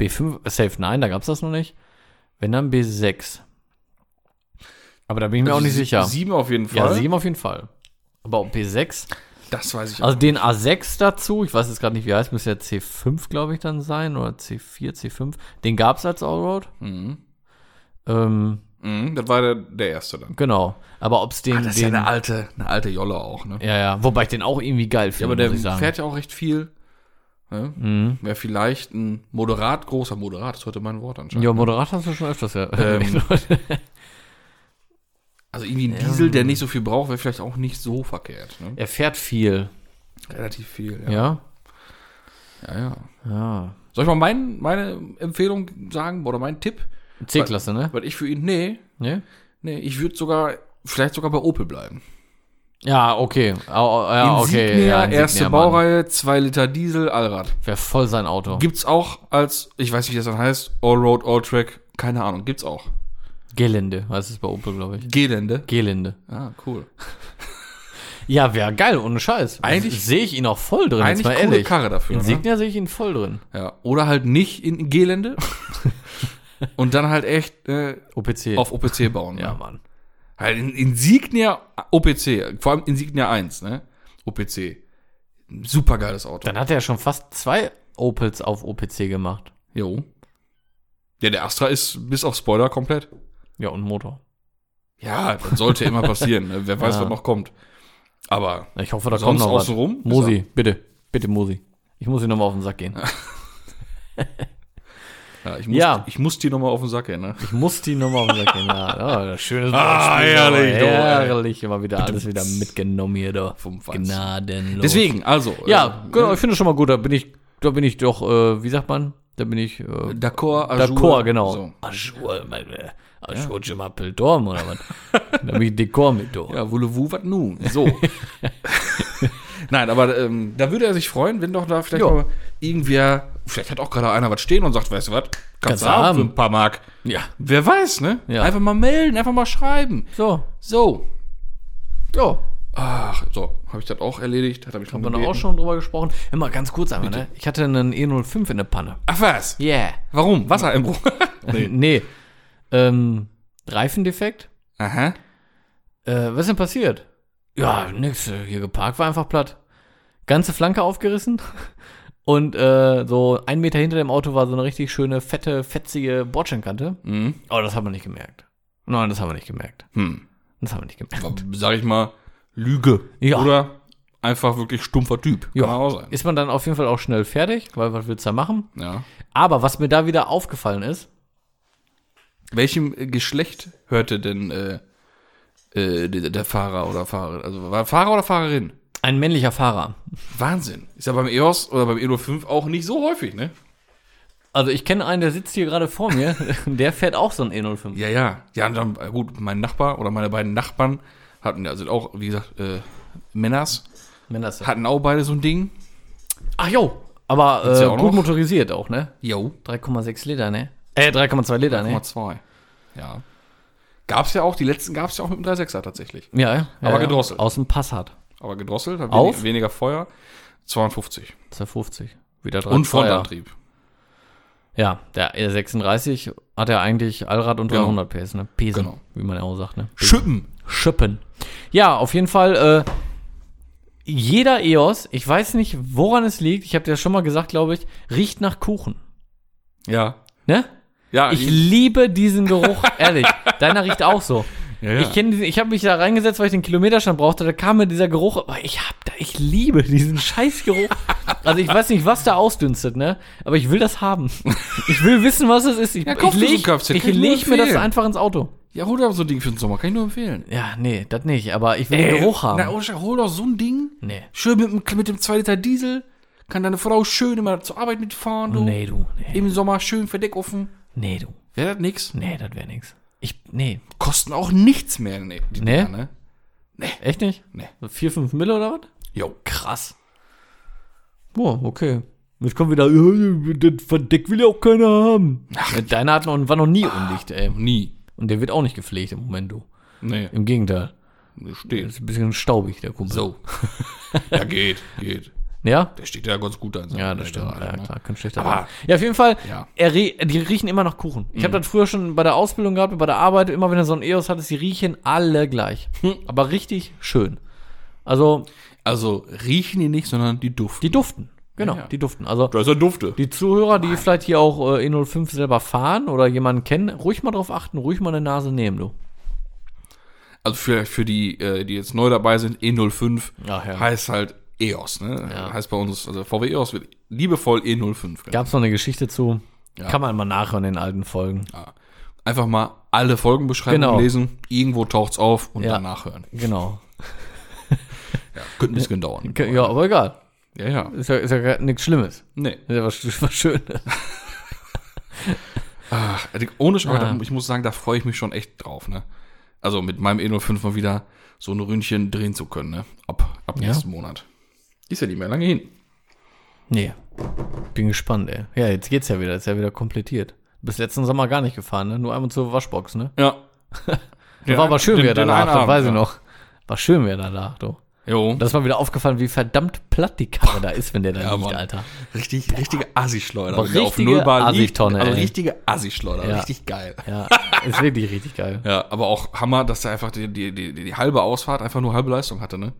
B5, äh, safe nein, da gab es das noch nicht. Wenn dann B6. Aber da bin ich mir auch nicht
Also Sie-
sicher.
Sieben auf jeden Fall.
ja, 7 auf jeden Fall. Aber ob B6?
Das weiß ich auch.
Also den A6 dazu, ich weiß jetzt gerade nicht, wie er heißt, müsste ja C5, glaube ich, dann sein. Oder C4, C5. Den gab es als Allroad.
Mhm.
Ähm,
Mhm, das war der, der erste dann.
genau. Aber ob es
Ah,
den. den
alte, eine alte Jolle auch, ne?
ja, ja. Wobei ich den auch irgendwie geil
Ja,
finde.
aber der
muss ich sagen.
fährt ja auch recht viel. Ne?
Mhm.
Wäre vielleicht ein moderat großer Moderat, das ist heute mein Wort anscheinend.
Ja, Moderat hast du schon öfters ja. [laughs]
Ähm, Also irgendwie ein Diesel, der nicht so viel braucht, wäre vielleicht auch nicht so verkehrt. Ne?
er fährt viel.
Relativ viel, ja.
Ja.
ja, ja.
Ja.
Soll ich mal mein, meine Empfehlung sagen oder meinen Tipp?
C-Klasse, ne?
Weil ich für ihn, nee,
Ne?
nee, ich würde sogar, vielleicht sogar bei Opel bleiben.
Ja, okay. Au- au- ja, Ah, okay.
Insignia,
ja, Insignia,
erste
Mann.
Baureihe, 2 Liter Diesel, Allrad.
Wär voll sein Auto.
Gibt's auch als, ich weiß nicht, wie das dann heißt, Allroad, Alltrack, keine Ahnung, gibt's auch.
Gelände heißt es bei Opel, glaube ich.
Gelände.
Gelände.
Ah, cool.
Ja, wär geil, ohne Scheiß.
Eigentlich-
sehe ich ihn auch voll drin,
Eigentlich
jetzt mal
coole
ehrlich.
Karre dafür. Ne?
Insignia sehe ich ihn voll drin.
Ja. Oder halt nicht in
[laughs]
Gelände. Und dann halt echt äh,
OPC.
auf OPC bauen.
ja,
ne?
Mann.
Halt in, Insignia OPC, vor allem Insignia 1, ne? OPC. Supergeiles Auto.
Dann hat er schon fast zwei Opels auf OPC gemacht.
Jo. Ja, der Astra ist bis auf Spoiler komplett.
Ja, und Motor.
Ja, das sollte immer passieren. Ne? Wer weiß,
[laughs] Ja.
was noch kommt. Aber
Ich hoffe, da kommt
sonst
noch was.
außenrum.
Mosi, bitte. Bitte, Mosi. Ich muss ihn nochmal auf den Sack [laughs] gehen.
Ja, ich muss,
Ja.
Ich muss die nochmal auf den Sack gehen, ne? [laughs]
Ich muss die Nummer umsagen. [laughs] Ja, oh, das schöne
Ah,
Beispiel,
herrlich,
aber
du, ey.
herrlich. Immer wieder alles wieder mitgenommen hier, doch.
Vom Feinsten.
Gnadenlos.
Deswegen, also.
Ja,
äh,
genau, ich finde es schon mal gut. Da bin ich, da bin ich doch, äh, wie sagt man? Da bin ich, äh,
D'accord, Azure.
D'accord, genau.
So.
Ajour, mein, äh, Ajour, ja. Appel, Dorm, oder [laughs] was? da bin ich Dekor mit, doch.
Ja, voulez-vous, was nun?
[laughs]
So. Nein, aber ähm, da würde er sich freuen, wenn doch da vielleicht
Jo.
mal irgendwer, vielleicht hat auch gerade einer was stehen und sagt, weißt du was, kannst
Kannst
du haben
haben.
für ein paar Mark.
Ja.
Wer weiß, ne?
Ja.
Einfach mal melden, einfach mal schreiben.
So,
So.
ja.
Ach, so, habe ich das auch erledigt. Hat er mich drum
Haben wir
gebeten.
auch schon drüber gesprochen. Immer ganz kurz einmal, ne? Ich hatte einen E05 in der Panne.
Ach was?
Yeah.
Warum? Wasser im Bruch.
[laughs]
[laughs]
Nee. nee. Ähm, Reifendefekt.
Aha.
Äh, was ist denn passiert? Ja, nix. äh, Hier geparkt war einfach platt. Ganze Flanke aufgerissen. [laughs] Und äh, so ein Meter hinter dem Auto war so eine richtig schöne, fette, fetzige Bordsteinkante.
Mhm.
Aber das haben wir nicht gemerkt. Nein, das haben wir nicht gemerkt.
Hm.
Das haben wir nicht gemerkt.
War, Sag ich mal, Lüge.
Ja.
Oder einfach wirklich stumpfer Typ.
Ja.
Kann auch sein.
Ist man dann auf jeden Fall auch schnell fertig, weil was willst du da machen?
Ja.
Aber was mir da wieder aufgefallen ist,
Welchem äh, Geschlecht hörte denn äh, äh, der, der Fahrer oder Fahrerin? Also war Fahrer oder Fahrerin?
Ein männlicher Fahrer.
Wahnsinn. Ist ja beim EOS oder beim Euro 5 auch nicht so häufig, ne?
Also ich kenne einen, der sitzt hier gerade vor mir. [laughs] der fährt auch so ein E E05.
Ja, ja. Ja, und dann, äh, gut, mein Nachbar oder meine beiden Nachbarn hatten ja, sind auch, wie gesagt, äh, Männers,
Männerse.
hatten auch beide so ein Ding.
Ach jo, aber
Gibt's
äh,
ja auch
gut
noch.
motorisiert auch, ne?
Jo,
3,6 Liter, ne? Äh, 3,2 Liter, ne?
3,2. Ja. Gab's ja auch, die letzten gab's ja auch mit dem 3,6er tatsächlich.
Ja, ja.
Aber
ja,
gedrosselt.
Aus dem Passat.
Aber gedrosselt, hat
Auf?
wenig- weniger Feuer. 52.
250. Wieder 3,2.
Und Frontantrieb.
Ja, der E36 hat ja eigentlich Allrad und
Genau.
300 PS, ne? Pesen,
Genau.
wie man ja auch sagt, ne?
Schippen.
Schippen. Ja, auf jeden Fall, äh, jeder EOS, ich weiß nicht, woran es liegt, ich habe dir das schon mal gesagt, glaube ich, riecht nach Kuchen.
Ja.
Ne?
Ja,
Ich liebe
[laughs]
diesen Geruch, ehrlich. Deiner riecht auch so.
ja, ja.
Ich kenne diesen, ich habe mich da reingesetzt, weil ich den Kilometerstand brauchte, da kam mir dieser Geruch, aber ich hab da, ich liebe diesen Scheißgeruch. Also ich weiß nicht, was da ausdünstet, ne? Aber ich will das haben. Ich will wissen, was es ist. Ich,
Ja,
ich
kauf dir so ein
leg,
Köpfchen,
ich
kann ich nur
leg mir das
empfehlen.
einfach ins Auto.
ja, hol doch so ein Ding für den Sommer, kann ich nur empfehlen.
Ja, nee, das nicht, aber ich will den Geruch haben.
Äh, Na, Oscha, hol doch so ein Ding.
nee.
Schön mit, dem- mit dem 2 Liter Diesel. Kann deine Frau schön immer zur Arbeit mitfahren. Du.
Nee, du. Nee,
Im Sommer schön Verdeck offen.
nee du.
Wäre das nix?
Nee, das wäre nix. Ich, nee.
Kosten auch nichts mehr. Nee. Die
Nee?
Dinger, ne?
Echt nicht?
Nee.
So Vier, fünf Mille oder was?
Jo.
Krass. Boah, okay. Jetzt kommen wieder, äh, das Verdeck will ja auch keiner haben. Deiner hat noch, war noch nie undicht, ey.
Nie.
Und der wird auch nicht gepflegt im Moment, du.
Nee.
Im Gegenteil.
Steht.
Ist ein bisschen staubig, der Kumpel.
So. [laughs] ja, geht. Geht.
Ja?
Der steht ja ganz gut da. in seinem
Ja, das
Verdeck,
stimmt. Ja,
ne?
klar, kein schlechter
Aber-
Laden. Ja, Mhm. auf jeden Fall,
Ja.
er rie- die riechen immer nach Kuchen. Ich habe das früher schon bei der Ausbildung gehabt, bei der Arbeit, immer wenn du so einen EOS hattest, die riechen alle gleich. Aber richtig schön. Also,
Also riechen die nicht, sondern die duften.
die duften. Genau,
Ja, ja.
die duften. Also,
Da ist er Dufte.
Die Zuhörer, die vielleicht hier auch äh, E05 selber fahren oder jemanden kennen, ruhig mal drauf achten, ruhig mal eine Nase nehmen, du.
Also für, für die, äh, die jetzt neu dabei sind, E05
Ach ja.
heißt halt EOS, ne?
Ja.
Heißt bei uns, also VW EOS wird liebevoll E05. genannt.
Gab es noch eine Geschichte zu?
Ja.
Kann man mal nachhören in alten Folgen.
Einfach mal alle Folgenbeschreibungen
Genau.
lesen, irgendwo taucht's auf und
Ja.
dann nachhören.
Genau.
Könnte ein bisschen dauern.
Ke- Ja, aber egal.
Ja, ja.
Ist ja, ist ja gar nichts Schlimmes.
Nee.
Ist ja was, was Schönes.
Ach, also ohne Schau,
Ja.
da- ich muss sagen, da freue ich mich schon echt drauf, ne? Also mit meinem E05 mal wieder so ein Ründchen drehen zu können, ne? Ab, ab nächsten Monat. Ist ja nicht mehr lange hin.
Nee. Bin gespannt, ey. Ja, jetzt geht's ja wieder. Ist ja wieder komplettiert. Bis letzten Sommer gar nicht gefahren, ne? Nur einmal zur Waschbox, ne?
[laughs] Ja.
Da war aber schön,
Den-
wer da
den
lag,
einen
das
Abend,
weiß ich
ja.
noch. War schön, wer da lag, du.
Jo.
Und das war mir wieder aufgefallen, wie verdammt platt die Karre da ist, wenn der da
Ja,
liegt,
Mann.
Alter.
Richtig, richtige Assi-Schleuder.
Aber
wenn der auf
richtige
Null Bar liegt.
Assi-Tonne,
Also
ey.
richtige Assi-Schleuder.
Ja.
Richtig geil.
Ja, ist wirklich richtig geil.
Ja, aber auch Hammer, dass er einfach die, die, die, die halbe Ausfahrt einfach nur halbe Leistung hatte, ne?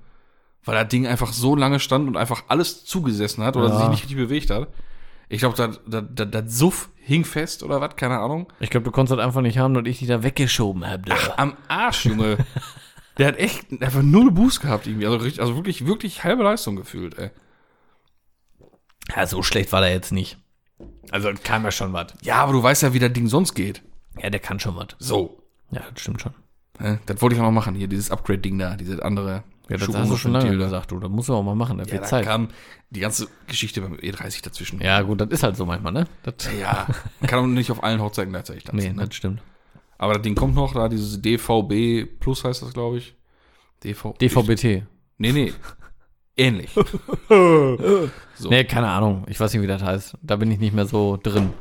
Weil das Ding einfach so lange stand und einfach alles zugesessen hat oder
Ja.
sich nicht richtig bewegt hat. Ich glaube, das, das, das, das Suff hing fest oder was, keine Ahnung.
Ich glaube, du konntest das einfach nicht haben, dass ich die da weggeschoben habe.
Am Arsch,
[laughs]
Junge. Der hat echt einfach null Buß gehabt irgendwie. Also, richtig- also wirklich, wirklich halbe Leistung gefühlt, ey.
Ja, so schlecht war der jetzt nicht. Also kam ja schon was.
Ja, aber du weißt ja, wie das Ding sonst geht.
Ja, der kann schon was.
So.
Ja, das stimmt schon.
Ne? Das wollte ich auch noch machen, hier, dieses Upgrade-Ding da, diese andere
Ja, das hast du
Schubumriss-
schon lange
Ventil da.
gesagt, du. Das musst du auch mal machen, da
Ja,
viel
da
Zeit.
kam die ganze Geschichte beim E30 dazwischen.
Ja, gut, das ist halt so manchmal, ne? Das,
Ja, man kann auch nicht auf allen Hochzeiten gleichzeitig tanzen.
nee,
ne?
das stimmt.
Aber das Ding kommt noch, da dieses DVB Plus heißt das, glaube ich. DV
DVBT.
nee, nee.
[laughs]
Ähnlich. So.
Nee, keine Ahnung. Ich weiß nicht, wie das heißt. Da bin ich nicht mehr so drin.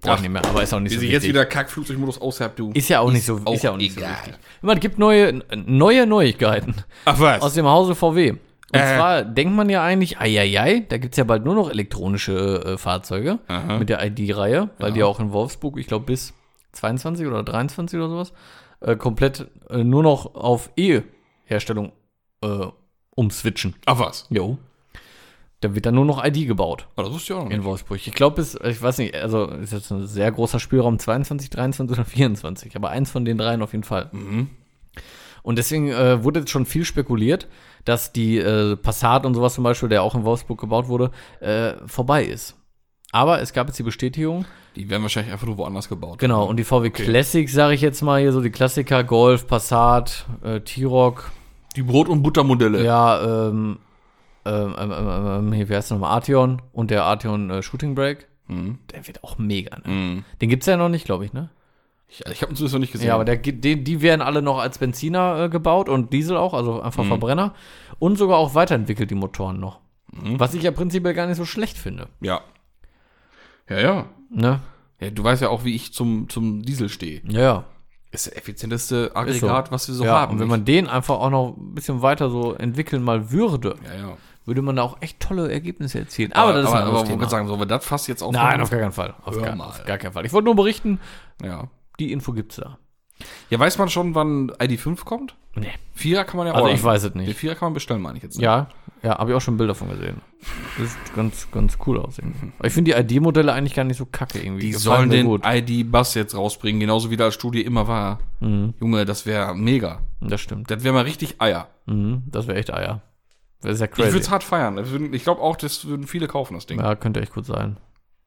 Brauch ich
Ach,
nicht mehr, aber ist auch nicht
Wie
so
sie
wichtig.
jetzt wieder Kack-Flugzeugmodus aushärbt, du.
ist ja auch nicht so,
auch
ist ja auch nicht
egal.
so wichtig. Immer, es gibt neue, neue Neuigkeiten.
Ach
aus
was?
dem Hause VW. Und
Äh.
zwar denkt man ja eigentlich, eieiei, da gibt es ja bald nur noch elektronische äh, Fahrzeuge
Aha.
mit der ID-Reihe, weil die auch in Wolfsburg, ich glaube, bis 22 oder 23 oder sowas, äh, komplett äh, nur noch auf E-Herstellung äh, umswitchen.
Ach was?
Jo. Da wird dann nur noch ID gebaut
Oh, das wusste ich auch noch
in
nicht.
Wolfsburg. Ich glaube, bis, ich weiß nicht, also ist jetzt ein sehr großer Spielraum, 22, 23 oder 24, aber eins von den dreien auf jeden Fall.
Mhm.
Und deswegen äh, wurde jetzt schon viel spekuliert, dass die äh, Passat und sowas zum Beispiel, der auch in Wolfsburg gebaut wurde, äh, vorbei ist. Aber es gab jetzt die Bestätigung.
Die werden wahrscheinlich einfach nur woanders gebaut.
Genau, und die VW Classic, sage ich jetzt mal hier, so die Klassiker, Golf, Passat, äh, T-Roc,
Die Brot- und Buttermodelle.
ja, ähm, ähm, ähm, ähm, ähm, hier, wie heißt der nochmal? Arteon und der Arteon äh, Shooting Break.
Mhm.
Der wird auch mega, ne?
Mhm.
Den gibt's ja noch nicht, glaube ich, ne?
Ich, ich habe ihn zumindest noch nicht gesehen.
Ja, aber der, gibt- die, die werden alle noch als Benziner äh, gebaut und Diesel auch, also einfach Verbrenner. Und sogar auch weiterentwickelt die Motoren noch. Was ich ja prinzipiell gar nicht so schlecht finde.
ja. Ja, ja.
Ne?
Ja, du weißt ja auch, wie ich zum, zum Diesel stehe.
Ja, ja.
Ist das effizienteste
Ist
Aggregat, was wir so
ja,
haben.
und wenn man den einfach auch noch ein bisschen weiter so entwickeln mal würde,
ja, ja.
würde man da auch echt tolle Ergebnisse erzielen.
Aber,
Aber, das ist ein
aber,
anderes
aber wollte
Thema.
gerade sagen, sollen wir das fast jetzt auch
Nein, auf gar keinen Fall. Auf
Hör
gar,
mal.
auf gar keinen Fall. Ich wollte nur berichten,
ja.
die Info gibt's da.
ja, weiß man schon, wann ID5 kommt?
Nee.
Vierer kann man ja
Also
ordern.
ich weiß es
Den
nicht.
Vierer kann man bestellen, meine ich jetzt. ne?
Ja, ja, habe ich auch schon Bilder von gesehen. Das ist ganz, ganz cool aussehen. Aber ich finde die ID-Modelle eigentlich gar nicht so kacke irgendwie.
Die
Gefallen
sollen
mir
den
gut.
ID-Bus jetzt rausbringen, genauso wie das Studie immer war. Junge, das wäre mega.
Das stimmt.
Das wäre mal richtig Eier.
Mhm, das wäre echt Eier. Das ist ja
Ich würde
crazy.
es hart feiern. Das würden- Ich glaube auch, das würden viele kaufen, das Ding.
Ja, könnte echt gut sein.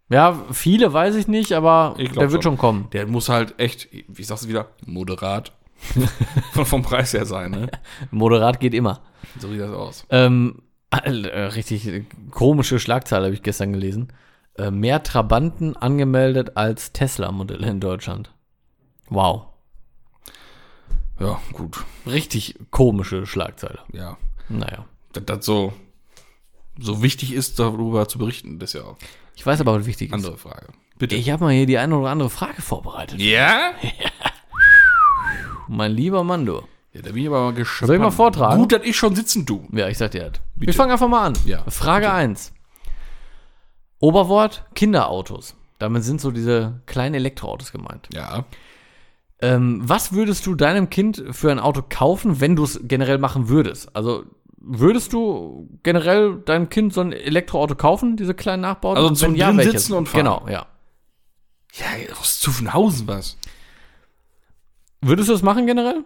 Ja, viele weiß ich nicht, aber
Ich glaub
der wird
schon.
schon, kommen.
Der muss halt echt, wie sagst du wieder, [laughs] moderat von, vom Preis her sein. [laughs] Ne?
Moderat geht immer.
So sieht das aus.
Ähm, äh, richtig äh, komische Schlagzeile habe ich gestern gelesen. Äh, mehr Trabanten angemeldet als Tesla-Modelle in Deutschland. Wow.
Ja, gut.
Richtig komische Schlagzeile.
Ja.
Naja.
Dass das so, so wichtig ist, darüber zu berichten, das ist ja auch eine
Ich weiß aber, was wichtig ist.
andere Frage. Bitte.
Ich habe mal hier die eine oder andere Frage vorbereitet.
Ja?
Mein lieber Mando.
Ja, da bin ich aber mal gespannt.
Soll ich mal vortragen?
Gut, dass ich schon sitzen, du.
Ja, ich sag dir das. Wir
Bitte.
fangen einfach mal an.
Ja,
Frage eins. 1. Oberwort Kinderautos. Damit sind so diese kleinen Elektroautos gemeint.
Ja.
Ähm, was würdest du deinem Kind für ein Auto kaufen, wenn du es generell machen würdest? Also würdest du generell deinem Kind so ein Elektroauto kaufen, diese kleinen Nachbauten?
Also
Und
zum
wenn ja,
drin
welches?
sitzen und fahren.
Genau, ja.
Ja, aus Zuffenhausen was.
Würdest du es machen generell?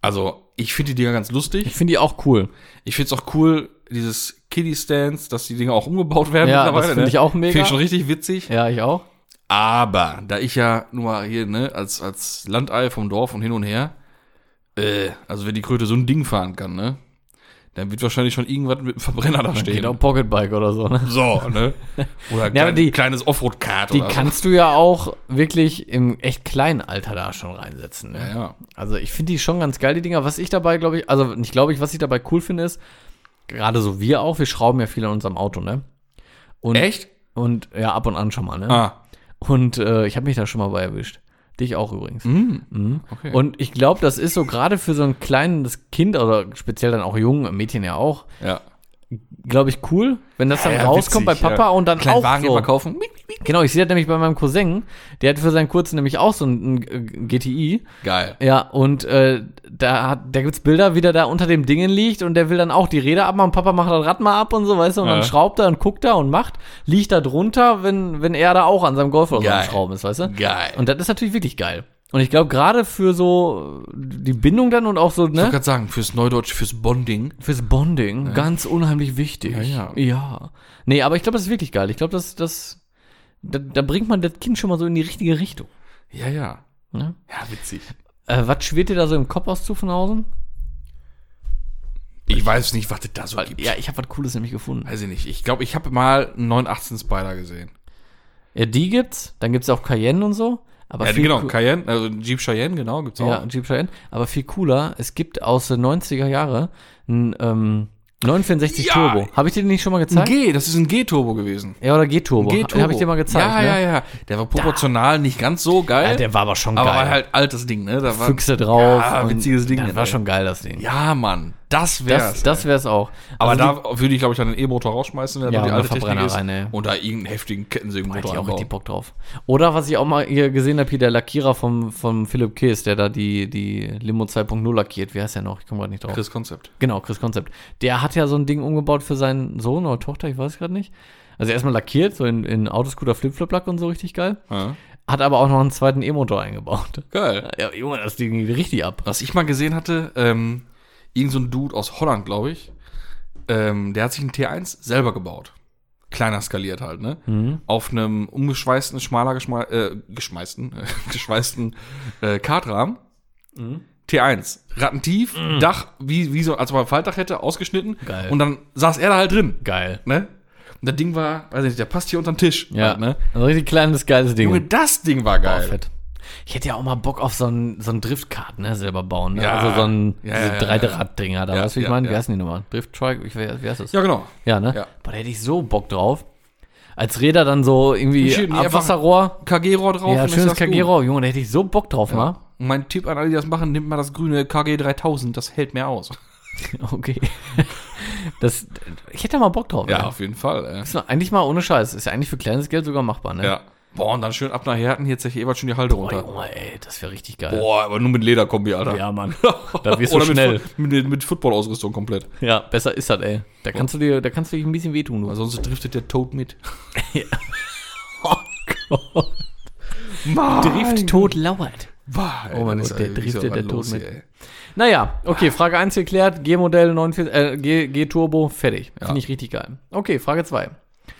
Also, ich finde die Dinger ganz lustig.
Ich finde die auch cool.
Ich finde es auch cool, dieses Kiddie-Stands, dass die Dinger auch umgebaut werden
Ja, das finde ich auch mega.
Finde ich schon richtig witzig.
Ja, ich auch.
Aber, da ich ja nur mal hier, ne, als, als Landei vom Dorf und hin und her, äh, also wenn die Kröte so ein Ding fahren kann, ne, dann wird wahrscheinlich schon irgendwas mit dem Verbrenner da
Geht auch
stehen.
Pocketbike oder so, ne?
So, ne? Oder ein
genau. Ja,
klein,
aber die-
kleines Offroad-Kart
Die
oder
kannst du ja auch wirklich im echt kleinen Alter da schon reinsetzen. Ne?
so. Ja, ja.
Also ich finde die schon ganz geil, die Dinger. Was ich dabei, glaube ich, also nicht glaube ich, was ich dabei cool finde, ist, gerade so wir auch, wir schrauben ja viel an unserem Auto, ne? Und,
Echt?
Und ja, ab und an schon mal, ne?
Ah,
Und äh, ich habe mich da schon mal bei erwischt. Dich auch übrigens. Mhm.
Mm. okay.
Und ich glaube, das ist so gerade für so ein kleines Kind oder speziell dann auch jungen Mädchen ja auch,
ja.
glaube ich, cool, wenn das dann
Ja,
rauskommt
witzig,
bei Papa
ja.
und dann
Kleinen
auch
Wagen
so.
immer kaufen.
Genau, ich sehe das nämlich bei meinem Cousin, der hat für seinen kurzen nämlich auch so ein, äh, ein GTI.
Geil.
Ja, und äh, da, hat, da gibt's Bilder, wie der da unter dem Dingen liegt und der will dann auch die Räder abmachen, Papa macht das Rad mal ab und so, weißt du, und
Ja.
dann schraubt er und guckt da und macht, liegt da drunter, wenn, wenn er da auch an seinem Golf oder so am
Geil.
Schrauben ist, weißt du?
Geil.
Und das ist natürlich wirklich geil. Und ich glaube, gerade für so die Bindung dann und auch so,
Ich wollte
ne,
gerade sagen, fürs Neudeutsch, fürs Bonding.
fürs Bonding, ganz unheimlich wichtig.
Ja, ja.
ja. Nee, aber ich glaube, das ist wirklich geil. Ich glaube, das, das, da, da bringt man das Kind schon mal so in die richtige Richtung.
Ja, ja.
Ne?
Ja, witzig.
Äh, was schwirrt dir da so im Kopf aus Zuffenhausen?
Ich weiß nicht, was das da so gibt.
Äh, Ja, ich habe was Cooles nämlich gefunden.
Weiß ich nicht. Ich glaube, ich habe mal einen 918 Spider gesehen.
Ja, die gibt's. Dann gibt's auch Cayenne und so. Aber
Ja,
viel
genau,
coo-
Cayenne, also einen Jeep Cheyenne, genau, gibt's auch.
ja, Jeep Cayenne. Aber viel cooler. Es gibt aus den 90er Jahre ein ähm, 964
Ja.
Turbo. Habe ich dir den nicht schon mal
Ein
gezeigt?
G, das ist ein G-Turbo gewesen.
ja, oder G-Turbo.
G-Turbo.
Habe ich dir mal gezeigt.
Ja,
ne?
ja, ja. Der war proportional nicht ganz so geil,
Ja, der war aber schon
aber
geil.
war halt altes Ding, ne? Da war,
Füchse drauf.
Ja,
und
witziges Ding.
Das war schon geil, das Ding.
ja, Mann, das wär's.
das, das wär's auch.
aber
Also
da würde ich, glaube ich, dann den E-Motor rausschmeißen, wenn
Ja,
noch
und einen Verbrenner rein, ey.
und da irgendeinen heftigen
die, hätte
Kettensägenmotor
ich auch
einbauen.
richtig Bock drauf. Oder was ich auch mal hier gesehen habe, hier der Lackierer vom, vom Philipp Kees, der da die, die Limo 2.0 lackiert. Wie heißt der noch? Ich komme gerade nicht drauf.
Chris Konzept.
Genau, Chris Concept. Der hat ja so ein Ding umgebaut für seinen Sohn oder Tochter, ich weiß gerade nicht. Also erstmal lackiert, so in, in Autoscooter Flip-Flop-Lack und so richtig geil.
Ja.
Hat aber auch noch einen zweiten E-Motor eingebaut. [laughs]
Geil.
Ja, Junge, das Ding geht richtig ab.
Was ich mal gesehen hatte, ähm, irgend so ein Dude aus Holland, glaube ich, ähm, der hat sich einen T1 selber gebaut. kleiner skaliert halt, ne?
Mhm.
Auf einem umgeschweißten, schmaler geschma äh, geschmeißten, [laughs] äh, geschweißten äh, Kartrahmen.
Mhm.
T1, rattentief, Dach, wie, wie so, als ob man ein Faltdach hätte, ausgeschnitten.
Geil.
Und dann saß er da halt drin,
Geil.
ne? Und das Ding war, weiß ich nicht, der passt hier unterm Tisch.
Ja,
Halt, ne?
Ein richtig kleines, geiles Ding.
Junge, das Ding war
Boah,
geil.
fett. Ich hätte ja auch mal Bock auf so ein, so ein Driftcard, ne, selber bauen. Ne?
Ja.
Also so ein
Ja,
diese
ja, ja,
Dreirad-Dinger da.
Ja,
weißt du, wie ich
ja,
meine? Wie
ja.
heißen die nochmal? Drifttrike? Ich weiß, wie heißt das?
Ja, genau.
Ja, ne?
Ja.
Boah, da hätte ich so Bock drauf. Als Räder dann so irgendwie
Schön, nee, einfach-
Abwasserrohr.
KG-Rohr drauf.
Ja,
und ist
schönes
das gut.
Kagero. Junge, da hätte ich so Bock drauf, mal.
Und Mein Tipp an alle, die das machen, nimmt mal das grüne KG 3000, das hält mehr aus.
[laughs] Okay. Das, ich hätte da mal Bock drauf. ey.
auf jeden Fall. Ey.
Ist doch eigentlich mal ohne Scheiß. Ist ja eigentlich für kleines Geld sogar machbar, ne?
Ja. Boah, und dann schön ab nach Herten, hier zeche ich Ebert schon die Halde
Boah,
runter.
Junge, ey, das wäre richtig geil.
Boah, aber nur mit Lederkombi, Alter. [laughs]
Ja, Mann. Da wirst du
Oder
schnell.
mit, Fu- mit, mit Football-Ausrüstung komplett.
Ja, besser ist das, ey. Da kannst du dir, da kannst du dich ein bisschen wehtun, du.
Weil sonst driftet der Toad mit.
Oh Gott. Drift tot lauert.
Boah,
Oh mein Gott, der
wie ist
driftet
da
der
was
Toad
los
mit.
hier, ey?
Naja, okay, Frage 1 geklärt, G-Modell 49, äh, G, G-Turbo, fertig.
Ja.
Finde ich richtig geil. Okay, Frage 2. Jetzt bin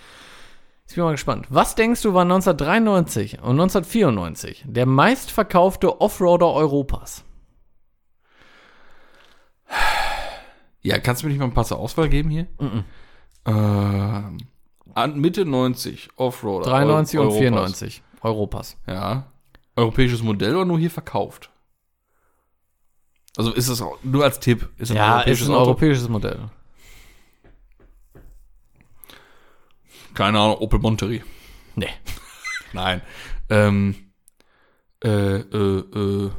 ich mal gespannt. Was denkst du war 1993 und 1994 der meistverkaufte Offroader Europas?
Ja, kannst du mir nicht mal ein paar zur Auswahl geben hier? Ähm, an Mitte 90, Offroader.
93 und
Europas.
94 Europas.
Ja. Europäisches Modell oder nur hier verkauft? Also ist das auch, nur als Tipp. Ist das
Ja, ist ein
Auto?
europäisches Modell.
Keine Ahnung, Opel Monterey.
Nee.
Nein. Ähm, äh, äh, äh.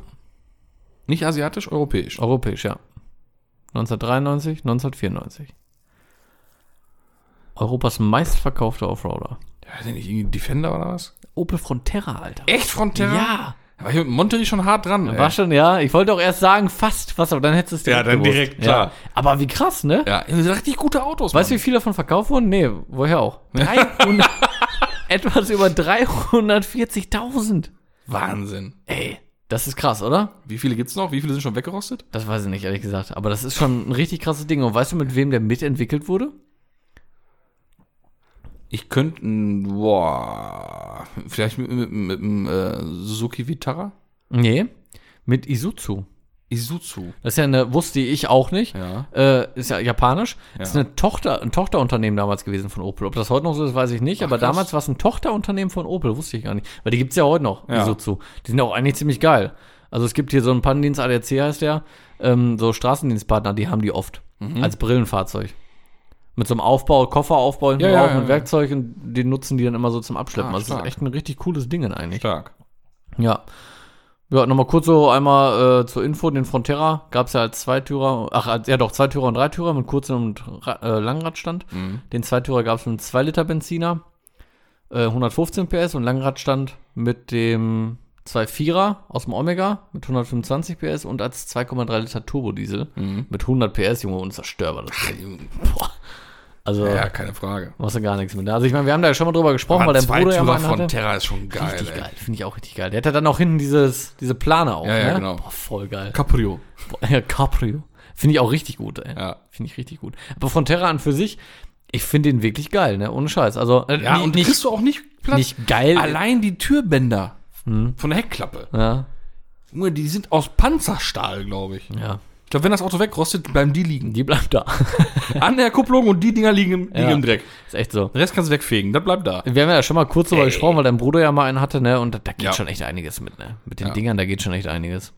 Nicht asiatisch, europäisch.
Europäisch, ja. 1993, 1994. Europas meistverkaufter Offroader.
Ja, weiß ich nicht, irgendwie Defender oder was?
Opel Frontera, Alter.
Echt Frontera? Ja.
Ja.
Da war ich mit Monterey schon hart dran. ey.
War schon, ja. Ich wollte auch erst sagen, fast was, aber dann hättest du es
Ja, dann direkt, klar.
Ja. Aber wie krass, ne?
Ja, das sind richtig gute Autos.
Weißt du,
Mann.
wie viele davon verkauft wurden? Nee,
[laughs]
woher auch? 300, etwas über 340.000.
Wahnsinn.
Ey, das ist krass, oder?
Wie viele gibt's noch? Wie viele sind schon weggerostet?
Das weiß ich nicht, ehrlich gesagt. Aber das ist schon ein richtig krasses Ding. Und weißt du, mit wem der mitentwickelt wurde?
Ich könnte, mm, boah, vielleicht mit, mit, mit, mit äh, Suzuki Vitara?
Nee, mit Isuzu.
Isuzu.
Das ist ja eine, wusste ich auch nicht.
Ja.
Äh, ist ja japanisch. Ist
Ja.
eine Tochter, ein Tochterunternehmen damals gewesen von Opel. Ob das heute noch so ist, weiß ich nicht. aber
krass.
damals war es ein Tochterunternehmen von Opel, wusste ich gar nicht. Weil die gibt's ja heute noch,
Ja.
Isuzu. Die sind auch eigentlich ziemlich geil. Also es gibt hier so einen Pannendienst, ADAC heißt der, ähm, so Straßendienstpartner, die haben die oft.
Mhm.
Als Brillenfahrzeug. Mit so einem Aufbau, Kofferaufbau hinten
Ja, ja,
drauf,
ja,
mit
ja.
Werkzeug und den nutzen die dann immer so zum Abschleppen.
Ah,
also das ist
stark.
echt ein richtig cooles Ding eigentlich.
Stark.
Ja. Ja, nochmal kurz so einmal äh, zur Info, den Frontera gab es ja als Zweitürer, ach als- ja doch, Zweitürer und Dreitürer mit kurzem und Ra- äh, Langradstand. Den Zweitürer gab es mit 2 Liter Benziner, äh, 115 PS und Langradstand mit dem 2.4er aus dem Omega mit 125 PS und als 2,3 Liter Turbodiesel mit 100 PS, Junge, unzerstörbar. Das Ding. Boah. Also,
Ja, keine Frage.
machst du gar nichts mit. Also ich meine, wir haben da ja schon mal drüber gesprochen, weil dein
zwei
Bruder ja mal
Türer
einen
von
hatte.
Terra ist schon geil,
Richtig
ey.
geil, finde ich auch richtig geil. Der hat ja dann auch hinten dieses, diese Plane auch,
Ja, ja,
ne?
genau.
Boah, voll geil.
Caprio.
Boah, ja, Caprio. Finde ich auch richtig gut, ey.
Ja.
Finde ich richtig gut. Aber Frontera an für sich, ich finde den wirklich geil, ne? Ohne Scheiß. Also, äh,
Ja,
ni-
und
nicht,
kriegst du auch nicht Hm. Platz.
nicht geil.
Allein die Türbänder von der Heckklappe.
Ja,
Junge, die sind aus Panzerstahl, glaube ich.
ja.
Ich glaube, wenn das Auto wegrostet, bleiben die liegen.
Die bleibt da. [laughs]
An der Kupplung und die Dinger liegen im, liegen
Ja.
im Dreck.
ist echt so.
Den Rest kannst du wegfegen, das bleibt da.
Wir haben ja schon mal kurz drüber
Ey.
gesprochen, weil dein Bruder ja mal einen hatte, ne? Und da, da geht
Ja.
schon echt einiges mit, ne? Mit den
Ja.
Dingern, da geht schon echt einiges.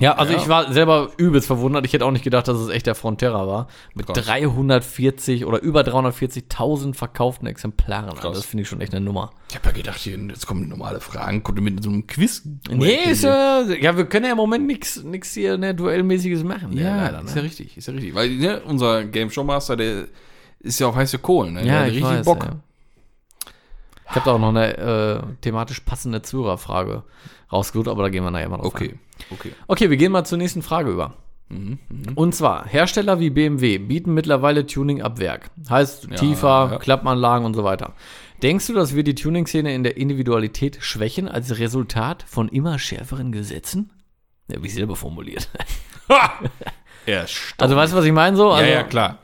Ja, also
Ja.
ich war selber übelst verwundert. Ich hätte auch nicht gedacht, dass es echt der Frontera war. Mit
Krass.
340 oder über 340.000 verkauften Exemplaren. Also
Krass.
Das finde ich schon echt eine Nummer.
Ich habe ja gedacht, hier, jetzt kommen normale Fragen, kommt mit so einem Quiz.
Nee, ist ja, ja, wir können ja im Moment nichts nix hier ne, duellmäßiges machen.
Ja,
leider,
ist ja
ne?
richtig, ist ja richtig. Weil ne, unser Game Show Master, der ist ja auf heiße Kohlen, ne? der
ja
hat
ich
richtig
weiß,
Bock.
Ja. Ich habe da auch noch eine äh, thematisch passende Zuhörerfrage rausgeholt, aber da gehen wir nachher mal drauf ein.
Okay, okay.
Okay, wir gehen mal zur nächsten Frage über.
Mhm,
Und zwar, Hersteller wie BMW bieten mittlerweile Tuning ab Werk. Heißt tiefer,
ja.
Klappanlagen und so weiter. Denkst du, dass wir die Tuning-Szene in der Individualität schwächen als Resultat von immer schärferen Gesetzen? Ja, wie selber formuliert. [laughs]
Er ist
Also weißt du, was ich meine so?
ja,
Also,
ja, klar.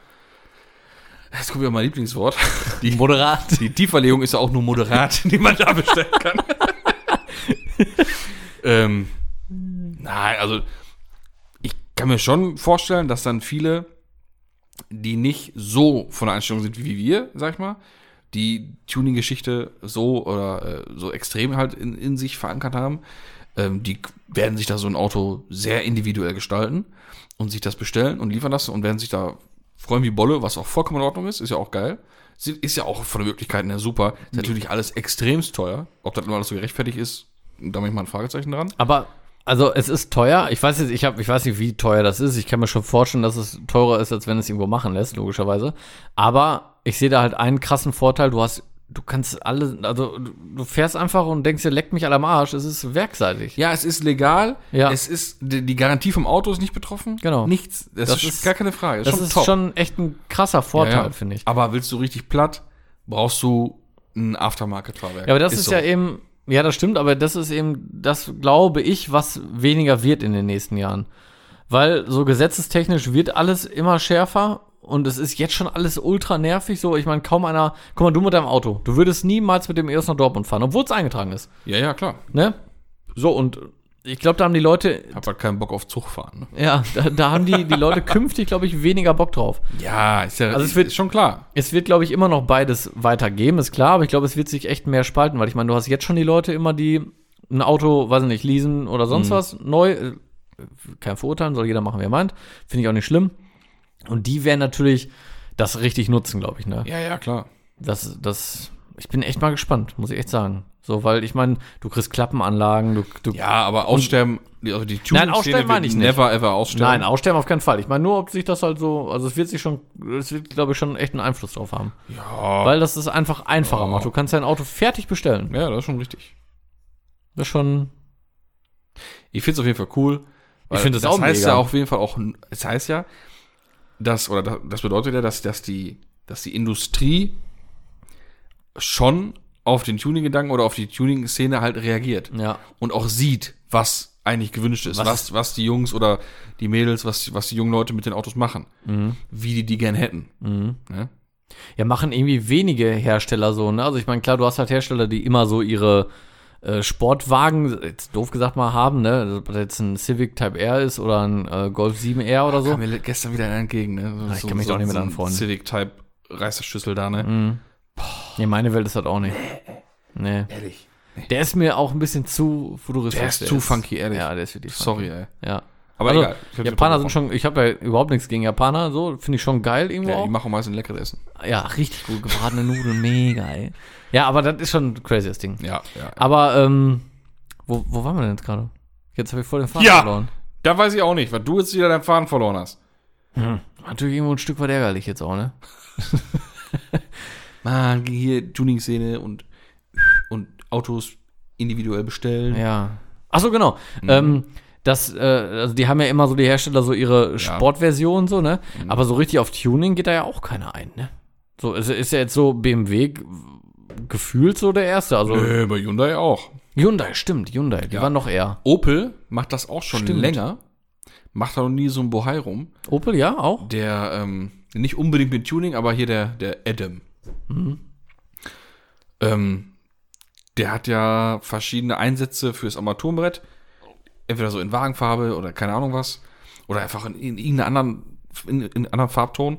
Jetzt kommt wieder mein Lieblingswort. Die,
Moderat.
die Tieferlegung ist ja auch nur moderat, [laughs] die man da bestellen [laughs] kann. ähm, nein, also ich kann mir schon vorstellen, dass dann viele, die nicht so von der Einstellung sind wie wir, sag ich mal, die Tuning-Geschichte so oder äh, so extrem halt in, in sich verankert haben, ähm, die werden sich da so ein Auto sehr individuell gestalten und sich das bestellen und liefern lassen und werden sich da freuen wie Bolle, was auch vollkommen in Ordnung ist, ist ja auch geil. Sie- Ist ja auch von den Möglichkeiten her super.
Mhm.
Ist natürlich alles extremst teuer. Ob das immer alles so gerechtfertigt ist, da mache ich mal ein Fragezeichen dran.
Aber also es ist teuer. Ich weiß jetzt, ich habe, ich weiß nicht, wie teuer das ist. Ich kann mir schon vorstellen, dass es teurer ist, als wenn es irgendwo machen lässt, logischerweise. Aber ich sehe da halt einen krassen Vorteil. Du hast, du kannst alle, also du du fährst einfach und denkst, dir leckt mich alle am Arsch. Es ist werkseitig.
Ja, es ist legal.
Ja.
Es ist, die die Garantie vom Auto ist nicht betroffen.
Genau.
Nichts. Das,
Das
ist,
ist-
gar keine Frage.
Das ist schon echt ein krasser Vorteil,
Ja, ja.
finde ich.
Aber willst du richtig platt, brauchst du ein Aftermarket-Fahrwerk.
Ja, aber das ist,
so.
ja eben, ja, das stimmt, aber das ist eben, das glaube ich, was weniger wird in den nächsten Jahren. Weil so gesetzestechnisch wird alles immer schärfer und es ist jetzt schon alles ultra nervig. So, ich meine, kaum einer, guck mal, du mit deinem Auto, du würdest niemals mit dem EOS nach Dortmund fahren, obwohl es eingetragen ist,
Ja, ja, klar.
ne? So, und ich glaube, da haben die Leute,
Hab halt keinen Bock auf Zugfahren. Ne?
ja, da, da haben die, die Leute künftig, glaube ich, weniger Bock drauf.
Ja, ist ja
Also es wird-
ist schon klar.
Es wird, glaube ich, immer noch beides weitergeben, ist klar, aber ich glaube, es wird sich echt mehr spalten, weil ich meine, du hast jetzt schon die Leute immer, die ein Auto, weiß ich nicht, leasen oder
Mhm.
sonst was, neu, äh, kein Verurteilen, soll jeder machen, wie er meint, finde ich auch nicht schlimm. Und die werden natürlich das richtig nutzen, glaube ich, ne?
Ja, ja, klar.
Das, das, ich bin echt mal gespannt, muss ich echt sagen. So, weil ich meine, du kriegst Klappenanlagen, du, du
Ja, aber aussterben, die- also die Tuning-Szene
aussterben
wird
meine ich nicht.
never ever aussterben.
Nein, aussterben auf keinen Fall. Ich meine nur, ob sich das halt so, also es wird sich schon, es wird, glaube ich, schon echt einen Einfluss drauf haben.
Ja.
Weil das es einfach einfacher
Oh.
macht. Du kannst dein Auto fertig bestellen.
ja, das ist schon richtig.
Das ist schon.
Ich finde es auf jeden Fall cool. weil
find das auch
heißt
mega.
ja auf jeden Fall auch, es heißt ja, dass, oder das, das bedeutet ja, dass, dass, die, dass die Industrie schon auf den Tuning-Gedanken oder auf die Tuning-Szene halt reagiert.
Ja.
und auch sieht, was eigentlich gewünscht ist,
Was-
was, was, die Jungs oder die Mädels, was, was die jungen Leute mit den Autos machen,
Mhm.
wie die die gern hätten. Ne?
Ja, machen irgendwie wenige Hersteller so, ne? Also ich meine, klar, du hast halt Hersteller, die immer so ihre äh, Sportwagen, jetzt doof gesagt mal, haben, ne? Also, Ob das jetzt ein Civic Type R ist oder ein äh, Golf 7R oder so.
Kam mir le- gestern wieder einer entgegen. Ne?
Ah, ich kann mich doch nicht mit Mhm. anfreunden.
Civic-Type Reißerschüssel da, ne?
Nee, meine Welt ist das auch nicht. Nee.
Ehrlich.
Der ist mir auch ein bisschen zu futuristisch.
Der ist zu funky, ehrlich.
Ja, der ist wirklich funky.
Sorry, ey.
Ja.
Aber
also,
egal. Ich hab
Japaner
die
sind schon, ich habe ja überhaupt nichts gegen Japaner, so, finde ich schon geil irgendwo
Ja,
auch.
die machen meistens leckeres Essen.
Ja, richtig gut. Gebratene Nudeln, mega, ey. Ja, aber das ist schon ein crazyes Ding.
Ja, ja.
Aber, ähm, wo, wo waren wir denn jetzt gerade? Jetzt habe ich voll den Faden
Ja.
verloren.
Da weiß ich auch nicht, weil du jetzt wieder deinen Faden verloren hast.
Natürlich irgendwo ein Stück weit ärgerlich jetzt auch, ne?
Man, hier Tuning-Szene und, und Autos individuell bestellen.
Ja. Ach so, genau. Ähm, das, äh, also die haben ja immer so die Hersteller so ihre Sportversion so, ne? Aber so richtig auf Tuning geht da ja auch keiner ein, ne? So, es ist ja jetzt so BMW g- gefühlt so der erste. Also
Nö, Äh, bei Hyundai auch.
Hyundai, stimmt, Hyundai, die
Ja.
waren noch eher.
Opel macht das auch schon
Stimmt.
länger. Macht da noch nie so ein Bohai rum.
Opel, ja, auch?
Der, ähm, nicht unbedingt mit Tuning, aber hier der, der Adam.
Mhm.
Ähm, der hat ja verschiedene Einsätze fürs Armaturenbrett. Entweder so in Wagenfarbe oder keine Ahnung was. Oder einfach in, in irgendeinem anderen, in, in anderen Farbton.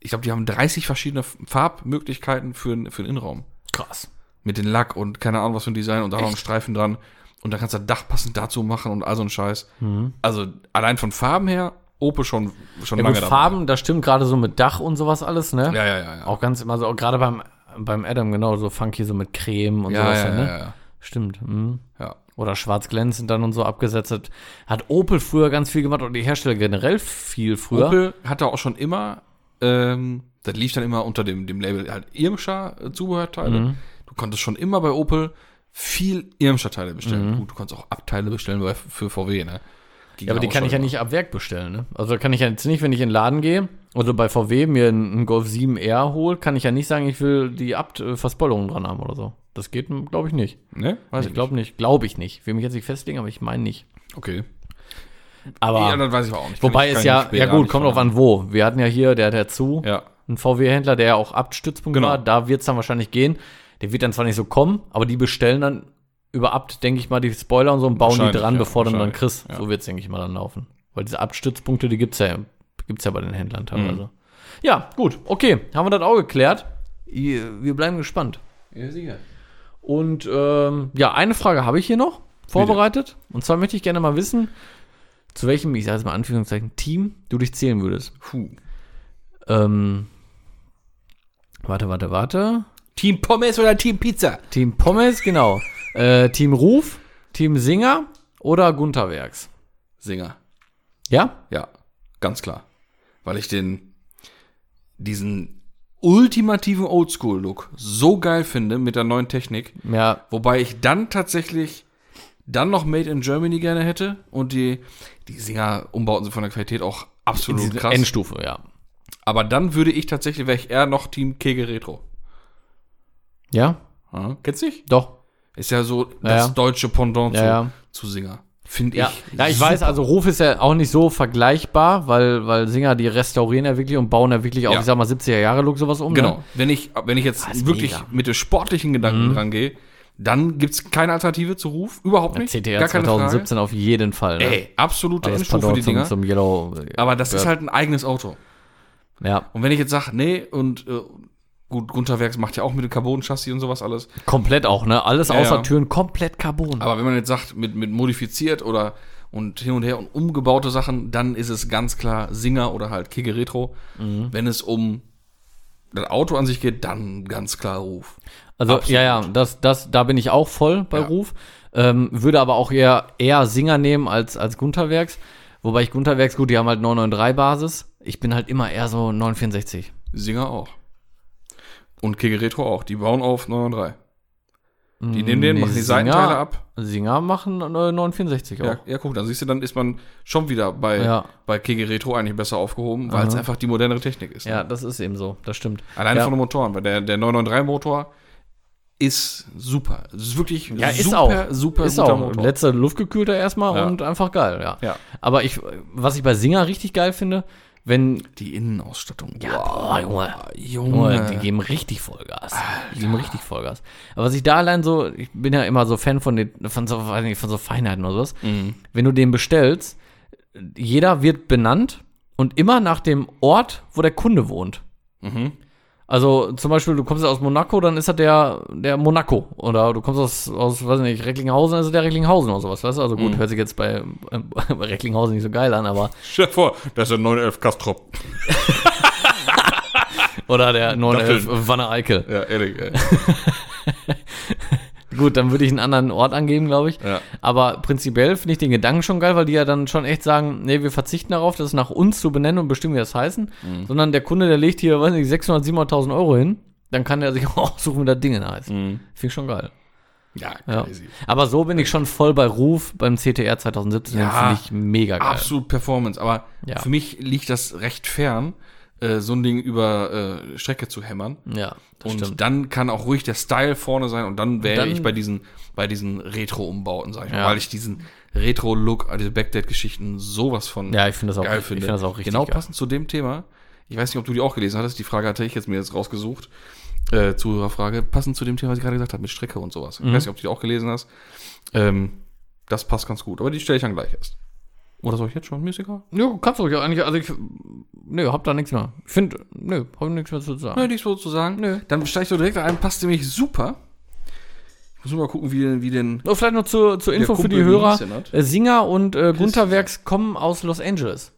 Ich glaube, die haben 30 verschiedene Farbmöglichkeiten für, den- für den Innenraum
Krass.
mit den Lack und keine Ahnung was für ein Design und da noch ein Streifen dran. Und dann kannst du das Dach passend dazu machen und all so ein Scheiß. Also allein von Farben her, Opel schon, schon
Mhm. Ja,
lange
gut,
dabei.
Farben, das stimmt gerade so mit Dach und sowas alles, ne?
Ja, ja, ja. ja.
Auch ganz immer so, auch gerade beim, beim Adam, genau, so funky, so mit Creme und
ja,
sowas,
ja,
ne?
ja, ja,
Stimmt. mhm.
ja.
Oder schwarz glänzend dann und so abgesetzt. hat. Hat Opel früher ganz viel gemacht und die Hersteller generell viel früher.
Opel hatte auch schon immer, ähm, das lief dann immer unter dem, dem Label halt Irmscher äh, Zubehörteile.
Mhm.
Du konntest schon immer bei Opel viel Irmscher Teile bestellen. Gut, du konntest auch Abteile bestellen bei, für VW, ne?
Mhm. Ja, aber die
auch
kann
schon
ich ja
immer.
nicht ab Werk bestellen, ne? Also da kann ich ja jetzt nicht, wenn ich in den Laden gehe oder bei VW mir einen einen Golf 7R hole, kann ich ja nicht sagen, ich will die Abt-Verspoilungen dran haben oder so. Das geht, glaube ich, nicht.
Ne? Weiß ich
ich glaube nicht. Glaube ich nicht. Will mich jetzt nicht festlegen, aber ich meine nicht.
nicht. Okay.
Aber
Ja, dann weiß ich aber auch nicht.
Ah. Wobei
Kann ich-
es
kann ich
ja,
später
ja gut,
nicht
kommt drauf
von-
an, wo. Wir hatten ja hier, der hat ja zu.
Ja.
ein VW-Händler, der ja auch Abt-Stützpunkt
Genau.
war, da wird es dann wahrscheinlich gehen. Der wird dann zwar nicht so kommen, aber die bestellen dann über Abt, denke ich mal, die Spoiler und so und bauen die
Wahrscheinlich,
dran,
ja,
bevor dann dann
wahrscheinlich,
Chris.
ja.
So wird es, denke ich mal, dann laufen. Weil diese Abt-Stützpunkte, die gibt es ja, gibt's ja bei den Händlern teilweise.
Mhm.
Ja, gut, okay, haben wir das auch geklärt. Ihr- Wir bleiben gespannt.
Ja, sicher.
Und ähm, ja, eine Frage habe ich hier noch vorbereitet. Und zwar möchte ich gerne mal wissen, zu welchem, ich sage es mal in Anführungszeichen, Team du dich zählen würdest.
Puh.
Ähm, warte, warte, warte.
Team Pommes oder Team Pizza?
Team
[laughs]
Pommes, genau. äh, Team Ruf, Team Singer oder Gunther Werks?
Singer.
Ja?
Ja, ganz klar. Weil ich den, diesen ultimativen Oldschool-Look so geil finde mit der neuen Technik.
Ja,
Wobei ich dann tatsächlich dann noch Made in Germany gerne hätte und die, die Singer-Umbauten sind von der Qualität auch absolut
diese
krass.
Endstufe, ja.
Aber dann würde ich tatsächlich, wäre ich eher noch Team Kegel Retro.
Ja,
Ja, kennst du dich?
doch.
Ist ja so das
ja.
deutsche Pendant
Ja,
zu,
ja.
zu Singer. Finde
Ja,
ich.
ja ich weiß, also Ruf ist ja auch nicht so vergleichbar, weil, weil Singer, die restaurieren ja wirklich und bauen ja wirklich auch,
Ja.
ich sag mal, 70er-Jahre-Look sowas um.
Genau.
Ne?
Wenn ich, wenn ich jetzt
Ah, ist
wirklich
mega. Mhm.
mit den sportlichen Gedanken rangehe, dann gibt es keine Alternative zu Ruf. Überhaupt nicht.
CTR 2017 auf jeden Fall. Ne?
Frage. Ey, absolute
Also das
Endstufe, die
Pendant zum,
Dinger.
zum Yellow.
Aber das ist halt ein eigenes Auto.
Ja,
Und wenn ich jetzt sage, nee, und äh, gut, Gunther Werks macht ja auch mit dem Carbon-Chassis und sowas alles.
komplett auch, ne? Alles
ja.
außer Türen, komplett Carbon.
Aber wenn man jetzt sagt, mit, mit modifiziert oder und hin und her und umgebaute Sachen, dann ist es ganz klar Singer oder halt Kicke Retro.
Mhm.
Wenn es um das Auto an sich geht, dann ganz klar Ruf.
Also
Absolut.
ja, ja, das, das, da bin ich auch voll bei
Ja.
Ruf. Ähm, würde aber auch eher, eher Singer nehmen als, als Gunterwerks. Wobei ich Gunterwerks, gut, die haben halt 993-Basis. Ich bin halt immer eher so 964.
Singer auch. Und Kicke Retro auch. Die bauen auf 993. Die nehmen den,
Nee,
machen die
Mm, Singer-
Seitenteile ab.
Singer machen äh, 964 auch.
Ja, ja, guck, dann siehst du, dann ist man schon wieder bei,
Ja.
bei Kege Retro eigentlich besser aufgehoben, weil es einfach die modernere Technik ist. ne?
Ja, das ist eben so, das stimmt.
Allein
Ja.
von den Motoren, weil der, der 993-Motor ist super. Es ist wirklich
Ja, ist
super,
auch.
super
ist
guter
auch.
Motor.
Letzter Luftgekühlter erstmal
Ja.
und einfach geil, ja.
Ja.
Aber ich, was ich bei Singer richtig geil finde, wenn.
die Innenausstattung.
Ja, boah, Junge.
Junge.
Junge, die geben richtig Vollgas. Die geben richtig Vollgas. Aber was ich da allein so, ich bin ja immer so Fan von, den, von, so, weiß nicht, von so Feinheiten oder sowas. Wenn du den bestellst, jeder wird benannt und immer nach dem Ort, wo der Kunde wohnt. Also zum Beispiel, du kommst aus Monaco, dann ist das der, der Monaco. Oder du kommst aus, aus weiß nicht, Recklinghausen, dann ist das der Recklinghausen oder sowas. Weißt du? Also gut, hört sich jetzt bei ähm, [laughs] bei Recklinghausen nicht so geil an, aber.
Stell dir vor, das ist ein 911 Kastrop.
Oder der 911 Wanne Eickel.
Ja, ehrlich.
[laughs]
Ey.
Gut, dann würde ich einen anderen Ort angeben, glaube ich.
Ja.
Aber prinzipiell finde ich den Gedanken schon geil, weil die ja dann schon echt sagen, nee, wir verzichten darauf, das nach uns zu benennen und bestimmen, wie das heißen. Sondern der Kunde, der legt hier, weiß nicht, 600, 700.000 Euro hin, dann kann er sich [laughs] auch aussuchen, wie das Ding denn heißt. Finde ich schon geil.
ja,
Ja.
crazy.
Aber so bin ich schon voll bei Ruf beim CTR 2017. den
Ja,
Finde ich mega geil.
Absolut Performance. Aber
Äh, Ja.
für mich liegt das recht fern, äh, so ein Ding über äh, Strecke zu hämmern.
Ja, das
Und
stimmt.
dann kann auch ruhig der Style vorne sein und dann wäre
Dann-
ich bei diesen, bei diesen Retro-Umbauten, sag ich
Ja.
mal, weil ich diesen Retro-Look, also diese Backdate-Geschichten, sowas von
Ja, ich finde das auch,
geil
ich
finde.
finde das auch richtig
genau
geil.
passend zu dem Thema, ich weiß nicht, ob du die auch gelesen hattest, die Frage hatte ich jetzt mir jetzt rausgesucht, äh, Zuhörerfrage, passend zu dem Thema, was ich gerade gesagt habe, mit Strecke und sowas.
Mhm.
Ich weiß nicht, ob du die auch gelesen hast. Ähm, das passt ganz gut, aber die stelle ich dann gleich erst. Oder soll ich jetzt schon? Mir ist egal.
Ja, kannst du ruhig eigentlich, also ich, nö, hab da nichts mehr. Ich finde, nö, hab nichts mehr zu sagen.
Nö, nichts so zu sagen.
Nö.
Dann steige ich so direkt ein, passt nämlich super. Ich muss nur mal gucken, wie, wie den
Oh, vielleicht noch zur, zur Info für
Kumpel, ne?
die
wie
Hörer.
hieß der noch?
Äh, Singer und äh, Gunther Werks kommen aus Los Angeles.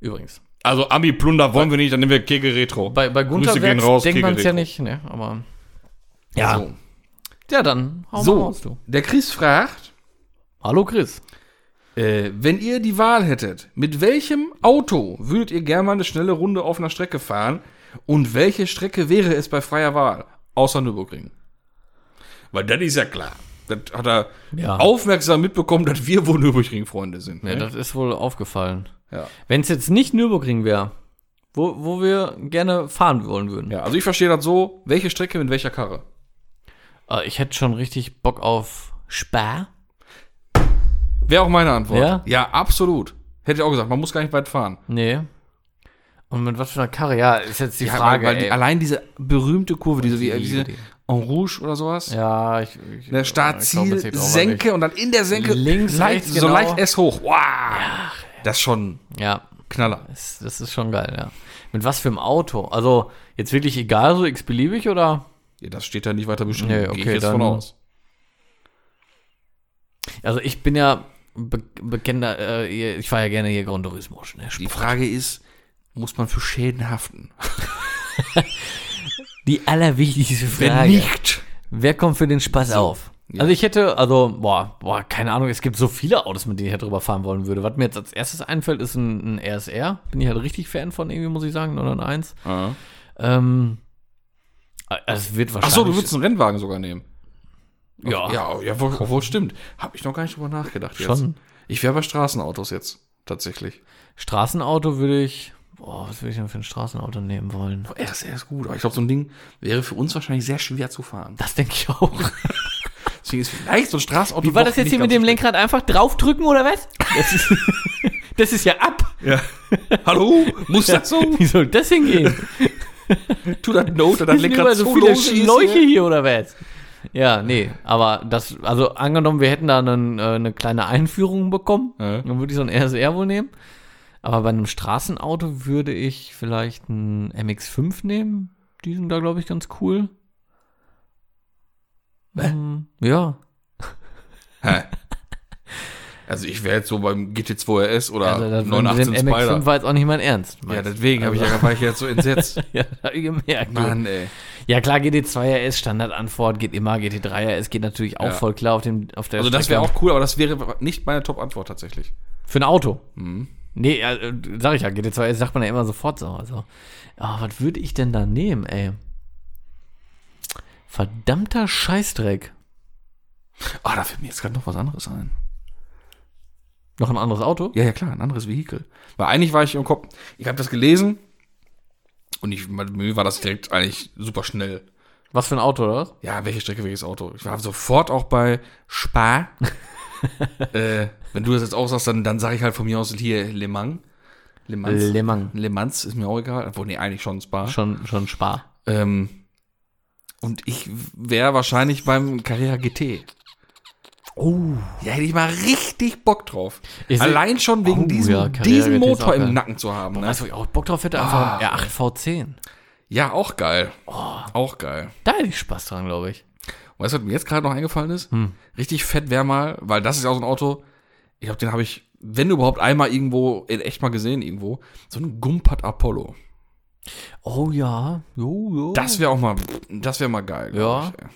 Übrigens.
Also Ami-Plunder wollen wir nicht, dann nehmen wir Kegel Retro.
Bei, bei Gunther
Grüße gehen
Werks
raus,
denkt man es ja
Kegel-Retro.
nicht. Ne, aber Also,
ja.
ja, dann hau
So,
mal raus, du.
der Chris fragt,
Hallo Chris.
äh, wenn ihr die Wahl hättet, mit welchem Auto würdet ihr gerne mal eine schnelle Runde auf einer Strecke fahren und welche Strecke wäre es bei freier Wahl, außer Nürburgring? Weil das ist ja klar. Das hat er
Ja.
aufmerksam mitbekommen, dass wir wohl Nürburgring-Freunde sind.
Ja,
ne?
das ist wohl aufgefallen.
ja.
Wenn es jetzt nicht Nürburgring wäre, wo, wo wir gerne fahren wollen würden.
ja, also ich verstehe das so, welche Strecke mit welcher Karre?
Äh, ich hätte schon richtig Bock auf Spa.
Wäre auch meine Antwort.
Ja?
ja, absolut. Hätte ich auch gesagt, man muss gar nicht weit fahren.
Nee. Und mit was für einer Karre? Ja, ist jetzt die
Ja,
Frage.
weil, weil
ey.
die, allein diese berühmte Kurve, diese, wie, diese
Idee.
En Rouge oder sowas.
ja, ich, ich,
Der
ich glaub,
Ne, Startziel,
das liegt auch an
Senke und dann in der Senke
Links,
leicht,
rechts,
so
genau.
leicht S hoch. Wow. Das ist schon
mich. Ja,
Knaller.
das, das ist schon geil, ja. Mit was für einem Auto? Also, jetzt wirklich egal, so x-beliebig oder?
Ja, das steht da nicht weiter beschrieben.
Nee,
Gehe ich
okay,
jetzt
dann-
von aus.
Also, ich bin ja be bekennender, äh, hier- ich fahre ja gerne hier Grand Turismo. Ne?
Die Frage ist, muss man für Schäden haften?
Die allerwichtigste
Wenn
Frage.
nicht,
Wer kommt für den Spaß auf?
Ja.
Also ich hätte, also, boah, boah, keine Ahnung, es gibt so viele Autos, mit denen ich halt drüber fahren wollen würde. Was mir jetzt als erstes einfällt, ist ein, ein RSR. Bin ich halt richtig Fan von irgendwie, muss ich sagen, oder ein 1. Ähm, äh, es wird wahrscheinlich.
Achso, du würdest einen Rennwagen sogar nehmen.
Ja.
Ja, ja wohl, wohl stimmt. Habe ich noch gar nicht drüber nachgedacht jetzt.
Schon.
Ich wäre bei Straßenautos jetzt. Tatsächlich.
Straßenauto würde ich. Boah, was würde ich denn für ein Straßenauto nehmen wollen?
Boah, RSR ist gut, aber ich glaube, so ein Ding wäre für uns wahrscheinlich sehr schwer zu fahren.
Das denke ich auch.
Deswegen ist vielleicht so ein Straßenauto.
Wie war
doch
das jetzt
nicht
hier mit
ganz
dem
so
Lenkrad? Einfach draufdrücken oder was? Das ist, [laughs] das ist ja
[laughs]
ab.
schlecht. Ja. Hallo?
[laughs]
Muss das so?
Wie soll das hingehen?
[laughs] Tu das Note,
Da
dann
sind
Lenkrad
überall
so
so viele
lose ist
Schläuche
hier.
hier. oder was? Ja, nee, aber das, also angenommen, wir hätten da einen, äh, eine kleine Einführung bekommen,
Ja.
dann würde ich so ein RSR wohl nehmen. Aber bei einem Straßenauto würde ich vielleicht einen MX5 nehmen. Die sind da, glaube ich, ganz cool. Ähm, ja,
Hä? Also ich wäre jetzt so beim GT2 RS oder
also das, mit
918
dem
Spider.
MX5 war jetzt auch nicht mein Ernst.
Ja, deswegen hab ich
Also.
ja, war ich jetzt so
[laughs]
entsetzt.
ja, das hab ich gemerkt. du.
Mann, ey.
Ja klar, GT2 RS Standardantwort geht immer, GT3 RS geht natürlich auch
Ja.
voll klar auf dem auf der
Also das wäre
Strecke.
auch cool, aber das wäre nicht meine Top-Antwort tatsächlich.
für ein Auto.
Mhm.
Nee, äh, äh, sag ich ja, GT2 RS sagt man ja immer sofort so. Also, ah, was würde ich denn da nehmen, ey? Verdammter Scheißdreck.
Ah, da fällt mir jetzt gerade noch was anderes ein.
Noch ein anderes Auto?
Ja, ja, klar, ein anderes Vehikel. Weil eigentlich war ich im Kopf, ich habe das gelesen und ich, mir war das direkt eigentlich super schnell.
Was für ein Auto oder was?
Ja, welche Strecke, welches Auto? Ich war sofort auch bei
[laughs]
Spa. äh, wenn du das jetzt auch sagst, dann, dann sage ich halt von mir aus hier Le Mans. Le Mans. Le,
Le Mans.
Mans ist mir auch egal. Obwohl, nee, eigentlich schon Spa.
Schon, schon Spar.
Ähm, und ich wäre wahrscheinlich beim Carrera GT.
Oh.
Ja, hätte ich mal richtig Bock drauf.
Ich seh-
Allein schon wegen
Oh,
diesem,
ja, Carrera
diesen
GT ist
Motor
auch geil. also
im Nacken zu haben. Ne?
Weißt du, wo ich auch Bock drauf hätte?
Ah.
Einfach ein R8 V10.
Ja, auch geil.
Oh.
Auch geil.
Da hätte ich Spaß dran, glaube ich.
Weißt du, was mir jetzt gerade noch eingefallen ist?
Hm.
Richtig fett wäre mal, weil das ist ja auch so ein Auto, ich glaube, den habe ich, wenn überhaupt, einmal irgendwo, in echt mal gesehen irgendwo, so ein Gumpert Apollo.
Oh ja. Jo, jo.
Das wäre auch mal, das wäre mal geil. glaub
Ja.
Ich, ey.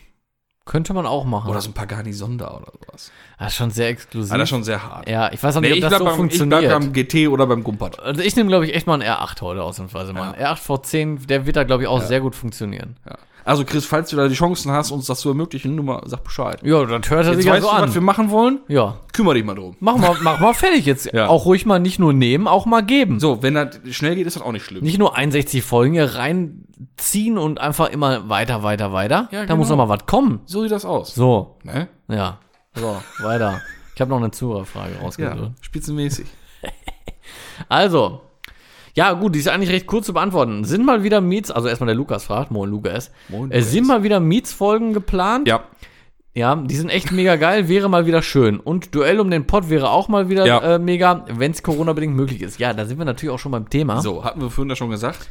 könnte man auch machen.
Oder so ein Pagani Sonder oder sowas.
das ist schon sehr exklusiv.
Ah, das ist schon sehr hart.
Ja, ich weiß auch
Nee,
nicht,
ich
ob
bleib
das so
beim, ich
funktioniert.
bleib beim GT oder beim Gumpert.
also ich nehme, glaube ich, echt mal einen R8 heute ausnahmsweise mal. Ein R8 V10, der wird da, glaube ich, auch sehr gut funktionieren.
Ja. Also Chris, falls du da die Chancen hast, uns das zu ermöglichen, nur mal sag Bescheid.
Ja, das hört er
Jetzt
sich ja
weißt
so
du, was wir
an.
machen wollen?
Ja,
Kümmere dich mal drum.
mach mal, mach mal fertig jetzt.
Ja.
Auch ruhig mal nicht nur nehmen, auch mal geben.
So, wenn das schnell geht, ist das auch nicht schlimm.
Nicht nur 61 Folgen hier reinziehen und einfach immer weiter, weiter, weiter.
Ja,
da
genau.
muss noch mal was kommen.
So sieht das aus.
So,
Ne?
ja. So, weiter. Ich habe noch eine Zuhörerfrage rausgesucht.
Ja, spitzenmäßig.
Also, ja gut, die ist eigentlich recht kurz zu beantworten. Sind mal wieder Meets, also erstmal der Lukas fragt, Moin Lukas.
Moin,
äh, sind
Lukas.
mal wieder Meets-Folgen geplant?
Ja,
Ja, die sind echt mega geil, wäre mal wieder schön. Und Duell um den Pott wäre auch mal wieder
Ja.
äh, mega, wenn es Corona-bedingt möglich ist. Ja, da sind wir natürlich auch schon beim Thema.
So, hatten wir vorhin da schon gesagt.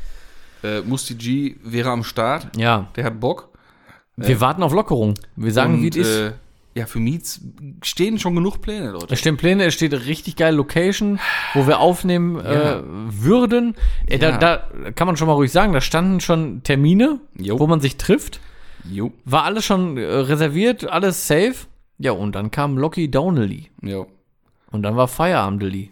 Äh, Musti G wäre am Start.
Ja,
Der hat Bock.
wir warten auf Lockerung. Wir sagen, wie es ist.
äh, ja, für Miets stehen schon genug Pläne, Leute.
Es stehen Pläne, es steht richtig geile Location, wo wir aufnehmen
Ja.
äh, würden. Äh,
Ja.
da, da kann man schon mal ruhig sagen, da standen schon Termine,
Jo.
wo man sich trifft.
Jo,
War alles schon äh, reserviert, alles safe. Ja, und dann kam Locky Downelly.
jo.
Und dann
[laughs]
war Feierabendeli.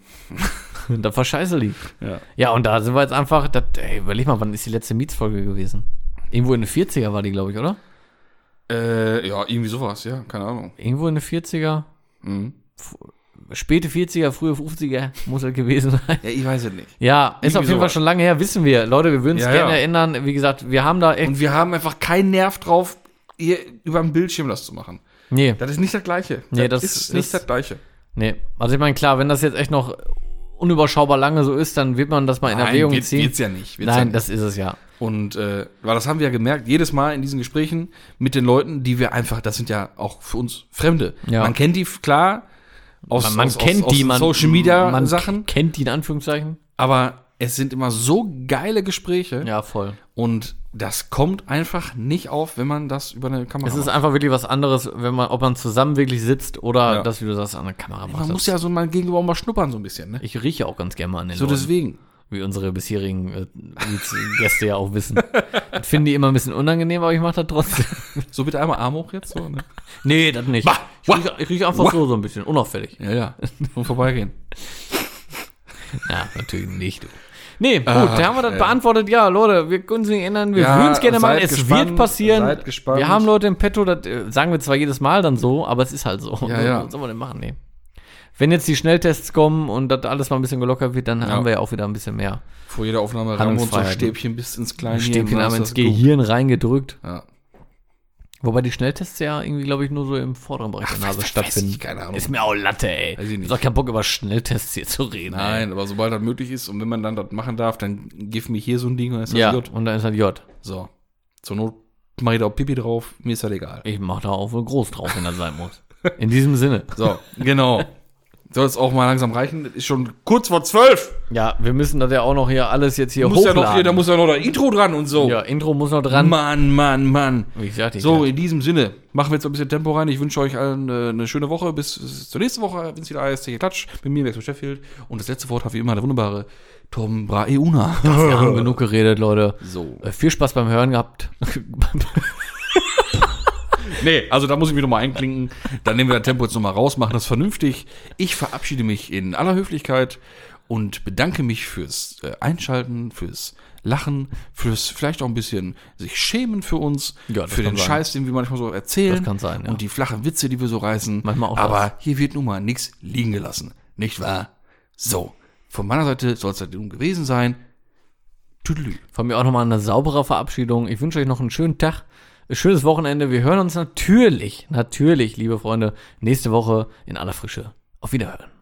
und dann war Scheißeli.
Ja.
Ja, und da sind wir jetzt einfach, das, ey, überleg mal, wann ist die letzte Mietsfolge gewesen? Irgendwo in den 40er war die, glaube ich, oder?
Äh, ja, irgendwie sowas, ja, keine Ahnung.
Irgendwo in den 40er,
Mhm.
späte 40er, frühe 50er muss das gewesen [laughs] sein.
Ja, ich weiß es nicht.
Ja, ist
Irgendwie
auf jeden Fall
sowas.
schon lange her, wissen wir. Leute, wir würden es
Ja,
gerne
ja.
erinnern. Wie gesagt, wir haben da echt.
Und wir haben einfach keinen Nerv drauf, ihr über den Bildschirm das zu machen.
nee,
Das ist nicht das Gleiche.
Nee, das
ist nicht
ist-
das Gleiche.
nee. Also ich meine, klar, wenn das jetzt echt noch unüberschaubar lange so ist, dann wird man das mal in Erwägung
wird,
ziehen.
wird's ja nicht. Wird's ja
Nein,
nicht.
das ist es ja.
Und äh, weil das haben wir ja gemerkt, jedes Mal in diesen Gesprächen mit den Leuten, die wir einfach, das sind ja auch für uns Fremde.
Ja.
Man kennt die f- klar aus,
Man, man
aus,
kennt
aus,
die,
aus
man,
Social Media
man
Sachen,
kennt die in Anführungszeichen.
aber es sind immer so geile Gespräche
Ja, voll.
und das kommt einfach nicht auf, wenn man das über eine Kamera
Es ist einfach wirklich was anderes, wenn man, ob man zusammen wirklich sitzt oder
Ja.
das, wie du sagst, an der Kamera macht.
Man
Das-
muss ja so mal gegenüber auch mal schnuppern so ein bisschen, ne?
ich rieche auch ganz gerne mal an den
So
Leuten,
deswegen.
wie unsere bisherigen äh, Leads- Gäste ja auch [laughs] wissen. Das finde ich immer ein bisschen unangenehm, aber ich mache das trotzdem.
So bitte einmal Arm hoch jetzt
[laughs]
so, ne?
nee, das nicht.
Bah,
ich rieche ich rieche einfach
wah.
so so ein bisschen, unauffällig.
Ja, ja. Vom Vorbeigehen.
Ja, natürlich nicht. Du. Nee, gut,
Ach,
da haben wir das
ey.
beantwortet. Ja, Leute, wir können es nicht ändern. Wir
Ja,
würden es gerne machen.
seid
Es
gespannt,
wird passieren.
seid gespannt.
Wir haben Leute im Petto, das äh, sagen wir zwar jedes Mal dann so, aber es ist halt [laughs] so.
Ja, ja.
Was soll man denn machen? Nee. Wenn jetzt die Schnelltests kommen und das alles mal ein bisschen gelockert wird, dann haben wir ja auch wieder ein bisschen mehr
Vor jeder Aufnahme ran und so
Handlungsfreiheit. ne?
Stäbchen bis ins kleine
Stäbchen
Hirn,
haben
dann
ins
ist das gut.
Gehirn reingedrückt.
Ja.
Wobei die Schnelltests ja irgendwie, glaube ich, nur so im vorderen Bereich der Nase
Weiß
stattfinden.
ich, keine Ahnung.
Ist mir auch Latte, ey.
Weiß ich nicht.
Ich hab keinen Bock, über Schnelltests hier zu reden. ey.
Nein, aber sobald das möglich ist und wenn man dann das machen darf, dann gib mir hier so ein Ding und dann ist das
Ja,
gut.
und dann ist halt J.
So. Zur Not mach ich da auch Pipi drauf, mir ist das egal.
Ich mach da auch wohl groß drauf, wenn das sein muss. In diesem Sinne.
So, genau. [laughs] Soll es auch mal langsam reichen? Das ist schon kurz vor zwölf.
Ja, wir müssen das ja auch noch hier alles jetzt hier
Muss ja
hochladen.
noch hier, da muss ja noch das Intro dran und so.
ja, Intro muss noch dran.
Mann, Mann, Mann.
Wie gesagt, ich
So,
ja.
in diesem Sinne, machen wir jetzt ein bisschen Tempo rein. Ich wünsche euch allen äh, eine schöne Woche. Bis, bis zur nächsten Woche, wenn es wieder heißt. Hier Klatsch mit mir, Max von Sheffield. Und das letzte Wort hat wie immer der wunderbare Tom Braeuna.
wir haben [laughs] genug geredet, Leute.
So.
Äh, Viel Spaß beim Hören gehabt. [laughs]
Nee, also da muss ich mich nochmal einklinken. Dann nehmen wir das Tempo jetzt nochmal raus, machen das vernünftig. Ich verabschiede mich in aller Höflichkeit und bedanke mich fürs äh, Einschalten, fürs Lachen, fürs vielleicht auch ein bisschen sich schämen für uns,
Ja, das
für
kann
den
sein.
Scheiß, den wir manchmal so erzählen.
Das kann sein, ja.
Und die flachen Witze, die wir so reißen.
Manchmal auch
Aber hier wird nun mal nichts liegen gelassen. Nicht wahr? So. Von meiner Seite soll es dann nun gewesen sein. Tüdelü.
Von mir auch nochmal eine saubere Verabschiedung. Ich wünsche euch noch einen schönen Tag, ein schönes Wochenende. Wir hören uns natürlich, natürlich, liebe Freunde, nächste Woche in aller Frische. Auf Wiederhören.